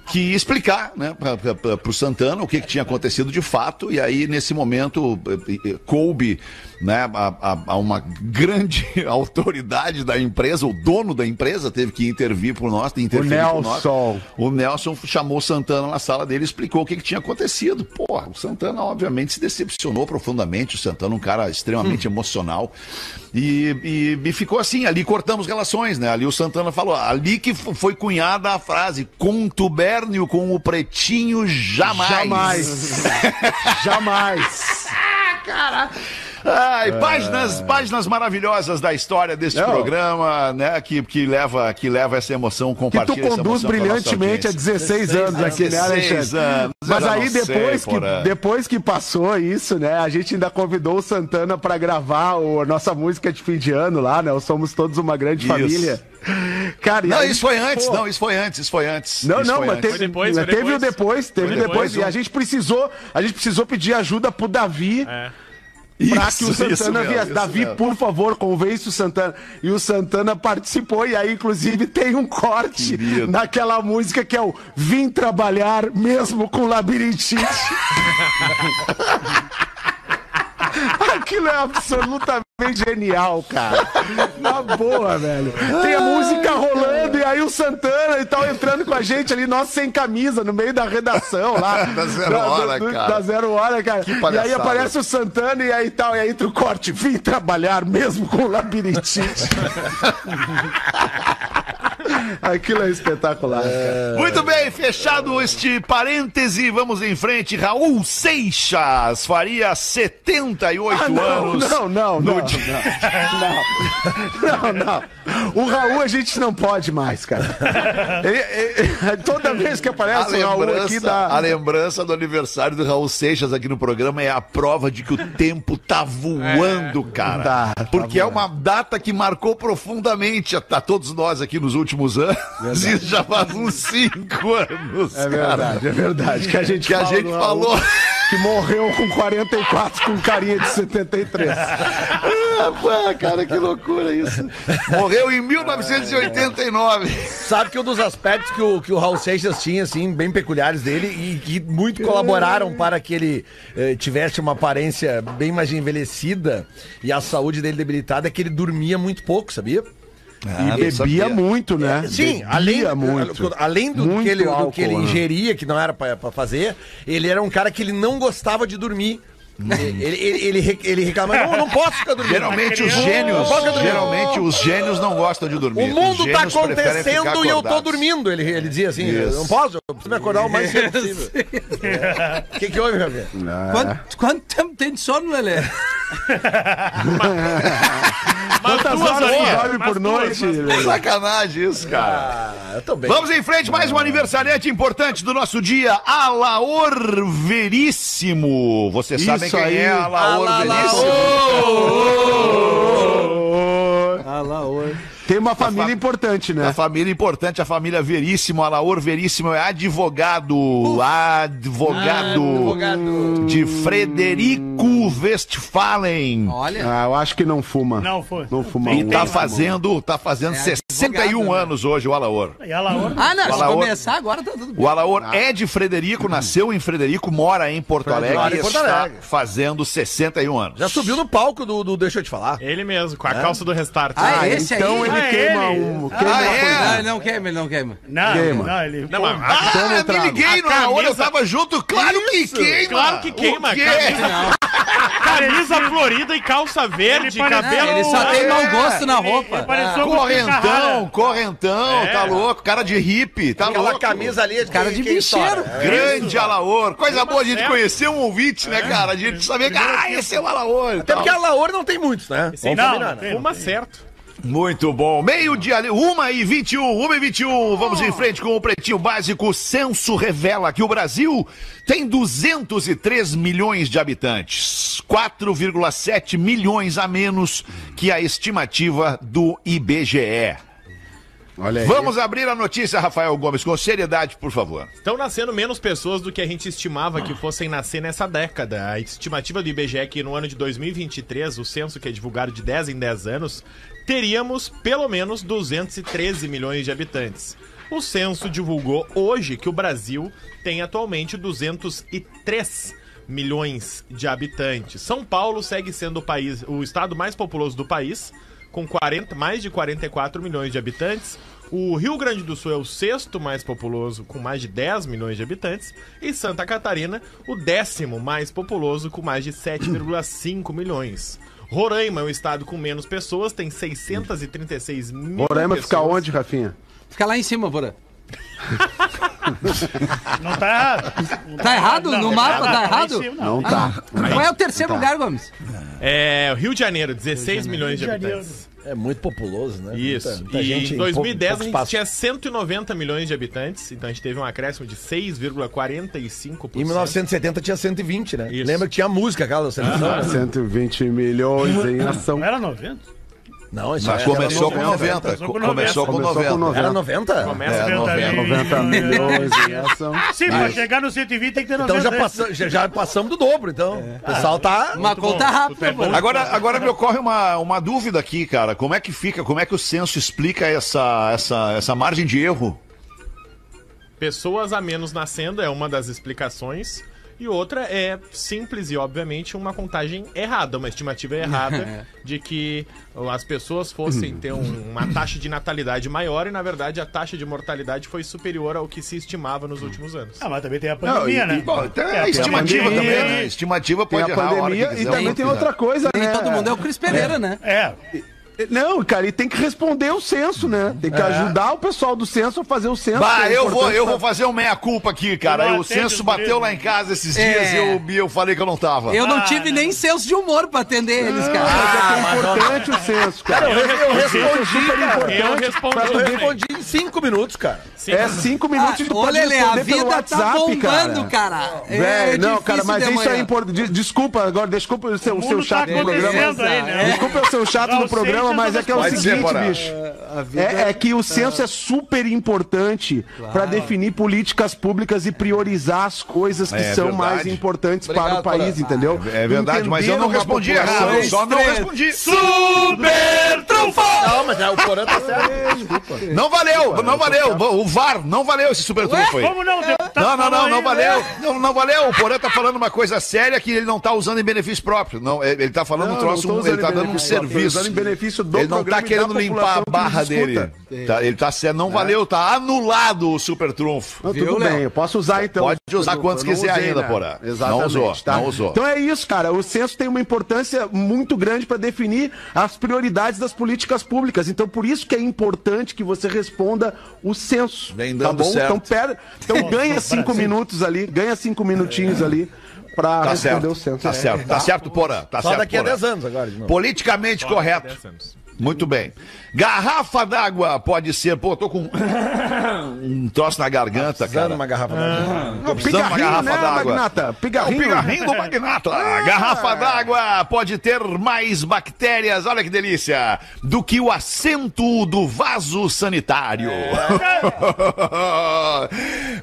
Speaker 4: que explicar né, para o Santana o que, que tinha acontecido de fato. E aí, nesse momento, eh, eh, coube né, a, a- a uma grande <laughs> autoridade da empresa, o dono da empresa teve que intervir por nós. Interferir por nós.
Speaker 3: Nelson.
Speaker 4: O Nelson chamou o Santana na sala dele e explicou o que, que tinha acontecido. Porra, o Santana, obviamente, se decepcionou profundamente. O Santana, um cara
Speaker 3: Hum.
Speaker 4: extremamente emocional. E, e- e ficou assim, ali cortamos relações, né? Ali o Santana falou, ali que f- foi cunhada a frase: contubérnio com o pretinho jamais.
Speaker 3: Jamais. Jamais.
Speaker 4: Cara. Ai, páginas, páginas maravilhosas da história deste
Speaker 3: É. Não.
Speaker 4: programa, né? Que, que, leva, que leva essa emoção,
Speaker 3: Que
Speaker 4: compartilha
Speaker 3: tu
Speaker 4: essa
Speaker 3: conduz
Speaker 4: emoção com a nossa
Speaker 3: brilhantemente há
Speaker 4: audiência.
Speaker 3: 16 anos aqui, né,
Speaker 4: 16
Speaker 3: Alexandre?
Speaker 4: anos.
Speaker 3: Mas
Speaker 4: Eu
Speaker 3: aí
Speaker 4: não sei,
Speaker 3: depois,
Speaker 4: Porã.
Speaker 3: que, depois que passou isso, né? A gente ainda convidou o Santana pra gravar o- a nossa música de fim de ano lá, né? O Somos Todos Uma Grande
Speaker 4: Isso.
Speaker 3: Família. Cara, e
Speaker 4: Não,
Speaker 3: aí,
Speaker 4: isso foi
Speaker 3: pô,
Speaker 4: antes, não, isso foi antes, isso foi antes.
Speaker 3: Não,
Speaker 4: isso
Speaker 3: não,
Speaker 4: foi
Speaker 3: mas
Speaker 4: antes.
Speaker 3: teve,
Speaker 7: Foi depois, foi
Speaker 3: teve
Speaker 7: depois.
Speaker 3: o depois, teve
Speaker 7: Foi
Speaker 3: depois,
Speaker 7: depois,
Speaker 3: e
Speaker 7: um.
Speaker 3: a gente precisou, a gente precisou pedir ajuda pro Davi.
Speaker 7: É.
Speaker 3: pra
Speaker 4: Isso,
Speaker 3: que o
Speaker 4: isso
Speaker 3: Santana
Speaker 4: mesmo,
Speaker 3: viesse.
Speaker 4: isso
Speaker 3: Davi,
Speaker 4: mesmo.
Speaker 3: por favor, convence o Santana. E o Santana participou, e aí, inclusive, tem um corte
Speaker 4: Querido.
Speaker 3: naquela música que é o Vim Trabalhar Mesmo com
Speaker 4: <laughs>
Speaker 3: Labirintite. Aquilo é absolutamente genial, cara. Na boa, velho. Tem a música rolando e aí o Santana e tal entrando com a gente ali, nós sem camisa, no meio da redação lá.
Speaker 4: <laughs> Da zero hora, cara.
Speaker 3: Da zero hora, cara. E aí
Speaker 4: palhaçada.
Speaker 3: aparece o Santana e aí tal, e aí entra o corte. Vim trabalhar mesmo com labirintite.
Speaker 4: <laughs>
Speaker 3: Aquilo é espetacular, cara.
Speaker 4: Muito bem, fechado este parêntese, vamos em frente. Raul Seixas faria 78
Speaker 3: Ah, não,
Speaker 4: anos.
Speaker 3: não, não, não,
Speaker 4: no
Speaker 3: não,
Speaker 4: dia-
Speaker 3: não, não, não. O Raul a gente não pode mais, cara. Ele- ele- toda vez que
Speaker 4: A
Speaker 3: aparece o é Raul aqui
Speaker 4: lembrança, a
Speaker 3: dá.
Speaker 4: lembrança do aniversário do Raul Seixas aqui no programa é a prova de que o tempo tá voando, cara.
Speaker 3: Tá, tá
Speaker 4: Porque é
Speaker 3: voando.
Speaker 4: uma data que marcou profundamente a, a todos nós aqui nos últimos anos. Isso <laughs> já faz uns cinco anos,
Speaker 3: É
Speaker 4: cara.
Speaker 3: verdade, é verdade. Que a gente,
Speaker 4: Que a
Speaker 3: fala
Speaker 4: gente
Speaker 3: do Raul
Speaker 4: falou.
Speaker 3: Que morreu com 44 com carinha de 73.
Speaker 4: Ah, pá, cara, que loucura isso. Morreu em 1989.
Speaker 6: Sabe que um dos aspectos que o, que o Raul Seixas tinha, assim, bem peculiares dele e que muito colaboraram para que ele eh, tivesse uma aparência bem mais envelhecida e a saúde dele debilitada é que ele dormia muito pouco, sabia?
Speaker 4: Ah, não
Speaker 3: Bebia
Speaker 4: sabia.
Speaker 3: muito, né?
Speaker 6: É, Sim,
Speaker 3: Bebia
Speaker 6: além,
Speaker 3: muito.
Speaker 6: além do,
Speaker 3: Muito
Speaker 6: que ele, do
Speaker 3: álcool,
Speaker 6: que ele
Speaker 3: né?
Speaker 6: ingeria, que não era pra, pra fazer, ele era um cara que ele não gostava de dormir. ele, ele, ele, re- ele reclamava, não, eu não posso ficar dormindo.
Speaker 4: Geralmente os
Speaker 7: criança.
Speaker 4: gênios,
Speaker 6: Tá Boca do-
Speaker 4: geralmente os gênios não gostam de dormir.
Speaker 6: O mundo
Speaker 4: Os
Speaker 6: tá
Speaker 4: gênios preferem ficar
Speaker 6: acontecendo e eu tô
Speaker 4: acordados.
Speaker 6: dormindo, ele, ele dizia assim.
Speaker 4: Isso.
Speaker 6: Eu não posso, eu preciso me acordar o mais cedo possível. O que, que houve, Javier?
Speaker 5: Quanto, quanto tempo tem de sono, Lelê?
Speaker 7: Mas
Speaker 3: Quantas
Speaker 7: duas
Speaker 3: horas tu
Speaker 7: horinhas,
Speaker 3: dorme
Speaker 7: mas
Speaker 3: por
Speaker 7: duas,
Speaker 3: noite?
Speaker 7: mas-
Speaker 4: É Sacanagem isso, cara.
Speaker 6: Ah, eu tô bem.
Speaker 4: Vamos em frente, mais um aniversariante importante do nosso dia, Alaor Veríssimo. Vocês
Speaker 3: Isso
Speaker 4: sabem quem
Speaker 3: aí.
Speaker 4: é Alaor Veríssimo?
Speaker 5: Ah lá, oi.
Speaker 3: Tem
Speaker 4: Tá
Speaker 3: uma família importante, né?
Speaker 4: A família importante, a família Veríssimo, Alaor Veríssimo é advogado, advogado
Speaker 6: Advogado.
Speaker 4: de Frederico Westphalen.
Speaker 5: Olha,
Speaker 3: Ah, eu acho que não fuma.
Speaker 8: Não fuma.
Speaker 3: Não fuma.
Speaker 4: E
Speaker 3: um,
Speaker 4: tá
Speaker 3: não fuma um.
Speaker 4: fazendo, tá fazendo
Speaker 5: É advogado,
Speaker 4: 61
Speaker 5: né?
Speaker 4: anos hoje o Alaor.
Speaker 8: E a Laura.
Speaker 5: Ah, não, se
Speaker 4: Fala outro.
Speaker 5: começar agora tá tudo bem.
Speaker 4: O Alaor é de Frederico, nasceu em Frederico, mora em Porto
Speaker 6: mora
Speaker 4: Alegre
Speaker 6: em
Speaker 4: e
Speaker 6: Porto
Speaker 4: está
Speaker 6: Alegre.
Speaker 4: fazendo 61 anos.
Speaker 6: Já tá subiu no palco do, do Deixa eu te falar.
Speaker 7: Ele mesmo, com a calça do Restart.
Speaker 5: É? Ah,
Speaker 3: Ah,
Speaker 5: é esse
Speaker 3: então
Speaker 5: aí?
Speaker 3: ele
Speaker 7: Ah,
Speaker 3: queima
Speaker 7: ele.
Speaker 3: um.
Speaker 5: Ah,
Speaker 3: Queima uma
Speaker 4: é?
Speaker 3: coisa.
Speaker 5: Não, ele não queima, ele não queima.
Speaker 8: Não,
Speaker 3: Queima.
Speaker 8: não, ele.
Speaker 7: Não, mas a-
Speaker 3: Toma um
Speaker 4: Ah, me
Speaker 3: trago.
Speaker 4: liguei no
Speaker 7: A
Speaker 4: Raul, eu
Speaker 7: camisa-
Speaker 4: tava junto, claro que queima!
Speaker 7: Claro que queima,
Speaker 4: O quê?
Speaker 7: camisa- <laughs> camisa florida e calça verde,
Speaker 8: Ele parece-
Speaker 7: cabelo.
Speaker 5: Ele
Speaker 3: é.
Speaker 5: só tem mau gosto na
Speaker 8: Ele-
Speaker 5: roupa. Ah.
Speaker 8: ele pareceu com o
Speaker 4: Correntão,
Speaker 8: Picarrara.
Speaker 4: correntão,
Speaker 7: É.
Speaker 4: tá louco, cara de hippie, tá
Speaker 6: Aquela
Speaker 4: louco.
Speaker 6: camisa ali é de
Speaker 5: Cara de
Speaker 6: quem estoura.
Speaker 5: bicheiro.
Speaker 4: É Grande Alaor, coisa boa a gente
Speaker 7: certo.
Speaker 4: conhecer um ouvinte, né, cara? A gente sabia que, ah, esse é o Alaor. e
Speaker 6: É. Até
Speaker 4: tal.
Speaker 6: porque a Laura não tem muitos, né?
Speaker 8: Sim,
Speaker 6: Vamos
Speaker 8: não,
Speaker 6: combinar,
Speaker 8: não
Speaker 6: né?
Speaker 8: tem, não
Speaker 7: Fuma
Speaker 8: tem.
Speaker 7: certo.
Speaker 4: Muito bom. Meio-dia ali, 1 e 21, 1 e 21. Vamos
Speaker 6: Oh.
Speaker 4: em frente com o Pretinho Básico. O censo revela que o Brasil tem 203 milhões de habitantes, 4,7 milhões a menos que a estimativa do IBGE.
Speaker 3: Olha aí.
Speaker 4: Vamos abrir a notícia, Rafael Gomes, com seriedade, por favor.
Speaker 7: Estão nascendo menos pessoas do que a gente estimava que fossem nascer nessa década. A estimativa do IBGE é que no ano de 2023, o censo que é divulgado de 10 em 10 anos, teríamos pelo menos 213 milhões de habitantes. O censo divulgou hoje que o Brasil tem atualmente 203 milhões de habitantes. São Paulo segue sendo o país, o estado mais populoso do país, com 40, mais de 44 milhões de habitantes. O Rio Grande do Sul é o sexto mais populoso, com mais de 10 milhões de habitantes. E Santa Catarina, o décimo mais populoso, com mais de 7,5 milhões. Roraima é o estado com menos pessoas, tem 636 mil
Speaker 3: Roraima
Speaker 7: pessoas.
Speaker 3: fica onde, Rafinha?
Speaker 5: Fica lá em cima, Bora.
Speaker 8: Não tá. não
Speaker 5: <laughs> Tá errado? No mapa tá errado?
Speaker 8: em cima,
Speaker 3: Não tá.
Speaker 5: Qual é o terceiro lugar, Gomes?
Speaker 7: É, Rio de Janeiro, 16 milhões de
Speaker 8: Rio de Janeiro.
Speaker 7: habitantes.
Speaker 6: É muito populoso, né?
Speaker 7: Isso.
Speaker 6: Muita- muita
Speaker 7: e
Speaker 6: gente
Speaker 7: em
Speaker 6: pou-
Speaker 7: 2010
Speaker 6: pouco
Speaker 7: a gente
Speaker 6: espaço.
Speaker 7: tinha 190 milhões de habitantes, então a gente teve um acréscimo de 6,45%.
Speaker 6: Em 1970 tinha 120, né?
Speaker 7: Isso. Ah.
Speaker 6: Lembra que tinha música aquela da seleção? né?
Speaker 3: 120 milhões em ação.
Speaker 8: Não era 90?
Speaker 6: Não, isso
Speaker 4: Mas
Speaker 6: é-
Speaker 4: começou
Speaker 6: era
Speaker 4: com 90.
Speaker 8: Começou com
Speaker 4: Começou com
Speaker 3: 90. Começou com
Speaker 4: 90.
Speaker 3: 90.
Speaker 6: Era 90?
Speaker 8: Começa
Speaker 4: É,
Speaker 8: a
Speaker 3: 90 milhões, essa.
Speaker 8: Sim, pra chegar no 120 tem que ter 90.
Speaker 6: Então já, passa, já, já passamos do dobro, então.
Speaker 7: É.
Speaker 6: O pessoal tá...
Speaker 5: Uma conta rápida, pô.
Speaker 4: Agora, agora me ocorre uma, uma dúvida aqui, cara. Como é que fica, como é que o censo explica essa, essa, essa margem de erro?
Speaker 7: Pessoas a menos na senda é uma das explicações. E outra é simples e, obviamente, uma contagem errada, uma estimativa
Speaker 6: <laughs> É.
Speaker 7: errada de que as pessoas fossem
Speaker 6: Hum.
Speaker 7: ter um- uma taxa de natalidade maior e, na verdade, a taxa de mortalidade foi superior ao que se estimava
Speaker 6: Hum.
Speaker 7: nos últimos anos.
Speaker 8: Ah, mas também tem a
Speaker 4: Não, e-
Speaker 8: pandemia, né?
Speaker 4: e, bom, tem
Speaker 8: É,
Speaker 4: a estimativa
Speaker 8: pandemia,
Speaker 4: também, né? Estimativa
Speaker 3: Tem
Speaker 4: pode
Speaker 3: a
Speaker 4: errar hora que
Speaker 3: pandemia e
Speaker 4: quiser,
Speaker 3: também
Speaker 4: não
Speaker 3: tem
Speaker 4: quiser.
Speaker 3: outra coisa,
Speaker 5: Nem
Speaker 3: né?
Speaker 5: todo mundo é o Cris Pereira, né?
Speaker 8: É,
Speaker 3: Não, cara, e tem que responder o censo, né? Tem
Speaker 5: É.
Speaker 3: que ajudar o pessoal do censo a fazer o censo.
Speaker 4: Bah,
Speaker 3: que é
Speaker 4: eu vou,
Speaker 3: importante
Speaker 4: eu
Speaker 3: pra-
Speaker 4: vou fazer um meia-culpa aqui, cara.
Speaker 8: Eu não
Speaker 4: o
Speaker 8: atendo
Speaker 4: censo
Speaker 8: os
Speaker 4: bateu
Speaker 8: gregos.
Speaker 4: lá em casa esses
Speaker 5: É.
Speaker 4: dias e eu, e eu falei que eu não tava.
Speaker 5: Eu não
Speaker 8: Ah,
Speaker 3: né?
Speaker 5: tive
Speaker 8: não.
Speaker 5: nem senso de humor pra atender eles, cara.
Speaker 3: Ah, mas é importante o censo, é cara.
Speaker 6: Eu, eu respondi, cara.
Speaker 7: Eu
Speaker 6: Eu
Speaker 7: respondi. também.
Speaker 6: respondi em cinco minutos, cara.
Speaker 7: Sim,
Speaker 3: É cinco
Speaker 5: Ah,
Speaker 3: minutos de
Speaker 5: Ô, Lele, a vida tá bombando, cara. É
Speaker 3: Velho, não,
Speaker 5: difícil
Speaker 3: cara, mas
Speaker 5: de
Speaker 3: isso é
Speaker 5: manhã.
Speaker 3: importante. De- Desculpa, agora, desculpa o seu, o
Speaker 8: o
Speaker 3: seu
Speaker 8: mundo tá
Speaker 3: chato
Speaker 4: um
Speaker 3: do programa.
Speaker 8: acontecendo aí, né?
Speaker 3: Desculpa eu ser o chato
Speaker 8: Raul
Speaker 3: do programa,
Speaker 8: Seixas
Speaker 3: mas é que é o
Speaker 4: Pode ser,
Speaker 3: seguinte,
Speaker 4: Porã.
Speaker 3: bicho. É, é que o censo é super importante pra definir políticas públicas e priorizar as coisas que
Speaker 4: É
Speaker 3: são
Speaker 4: verdade.
Speaker 3: mais importantes para
Speaker 5: Obrigado,
Speaker 3: o país,
Speaker 5: Porã.
Speaker 3: entendeu?
Speaker 4: É verdade, mas eu não
Speaker 3: Entender uma
Speaker 4: respondi
Speaker 3: população-
Speaker 4: errado. Eu só não
Speaker 5: Três.
Speaker 4: respondi.
Speaker 8: Super trufa!
Speaker 6: Não, mas é, o Porã tá certo.
Speaker 4: Não valeu, não valeu. O VAR, não valeu esse super trunfo aí.
Speaker 8: Como não? deputado
Speaker 4: Não, não,
Speaker 8: falou
Speaker 4: não,
Speaker 8: aí,
Speaker 4: não
Speaker 8: né?
Speaker 4: valeu. Não, não valeu. O Porã tá falando uma coisa séria que ele não tá usando em benefício próprio. Não, ele ele tá falando um
Speaker 3: Não,
Speaker 4: troço,
Speaker 3: não tô
Speaker 4: um- ele
Speaker 3: usando
Speaker 4: tá
Speaker 3: em
Speaker 4: dando um
Speaker 3: benefício próprio, tô
Speaker 4: serviço.
Speaker 3: usando em benefício do
Speaker 4: ele não tá
Speaker 3: programa e
Speaker 4: querendo
Speaker 3: da
Speaker 4: limpar a
Speaker 3: população que
Speaker 4: barra
Speaker 3: nos escuta.
Speaker 4: dele. Tá, ele tá certo, não valeu, tá anulado o super trunfo.
Speaker 3: Não,
Speaker 5: Viu,
Speaker 3: tudo
Speaker 5: Léo?
Speaker 3: bem, eu posso usar então.
Speaker 4: Pode usar
Speaker 3: Eu
Speaker 4: quantos
Speaker 3: não
Speaker 4: quiser
Speaker 3: usei,
Speaker 4: ainda,
Speaker 3: né?
Speaker 4: Porã. Não
Speaker 3: Exatamente.
Speaker 4: usou,
Speaker 3: tá?
Speaker 4: não usou.
Speaker 3: Então é isso, cara. O censo tem uma importância muito grande para definir as prioridades das políticas públicas. Então por isso que é importante que você responda o censo.
Speaker 4: Vem dando
Speaker 3: tá bom?
Speaker 4: certo.
Speaker 3: Então, pera...
Speaker 5: <laughs>
Speaker 3: então ganha cinco minutos ali, ganha cinco minutinhos ali para
Speaker 4: Tá
Speaker 3: responder
Speaker 4: certo.
Speaker 3: o censo.
Speaker 4: Tá certo, tá certo, Porã. Tá
Speaker 6: Só
Speaker 4: certo,
Speaker 6: daqui a
Speaker 4: Porã.
Speaker 6: 10 anos agora. de novo.
Speaker 4: Politicamente correto. Muito bem. Garrafa d'água pode ser. Pô, tô com <coughs> um troço na garganta,
Speaker 6: Usando
Speaker 4: cara.
Speaker 6: uma garrafa. d'água.
Speaker 4: Tô precisando de uma
Speaker 3: Pigarrinho,
Speaker 4: garrafa
Speaker 3: né,
Speaker 4: d'água.
Speaker 3: Magnata?
Speaker 4: É o
Speaker 3: Pigarrinho.
Speaker 4: pigarrinho
Speaker 5: né?
Speaker 4: do Magnata.
Speaker 5: Ah.
Speaker 4: A garrafa d'água pode ter mais bactérias, olha que delícia, do que o assento do vaso sanitário.
Speaker 5: É.
Speaker 4: <laughs>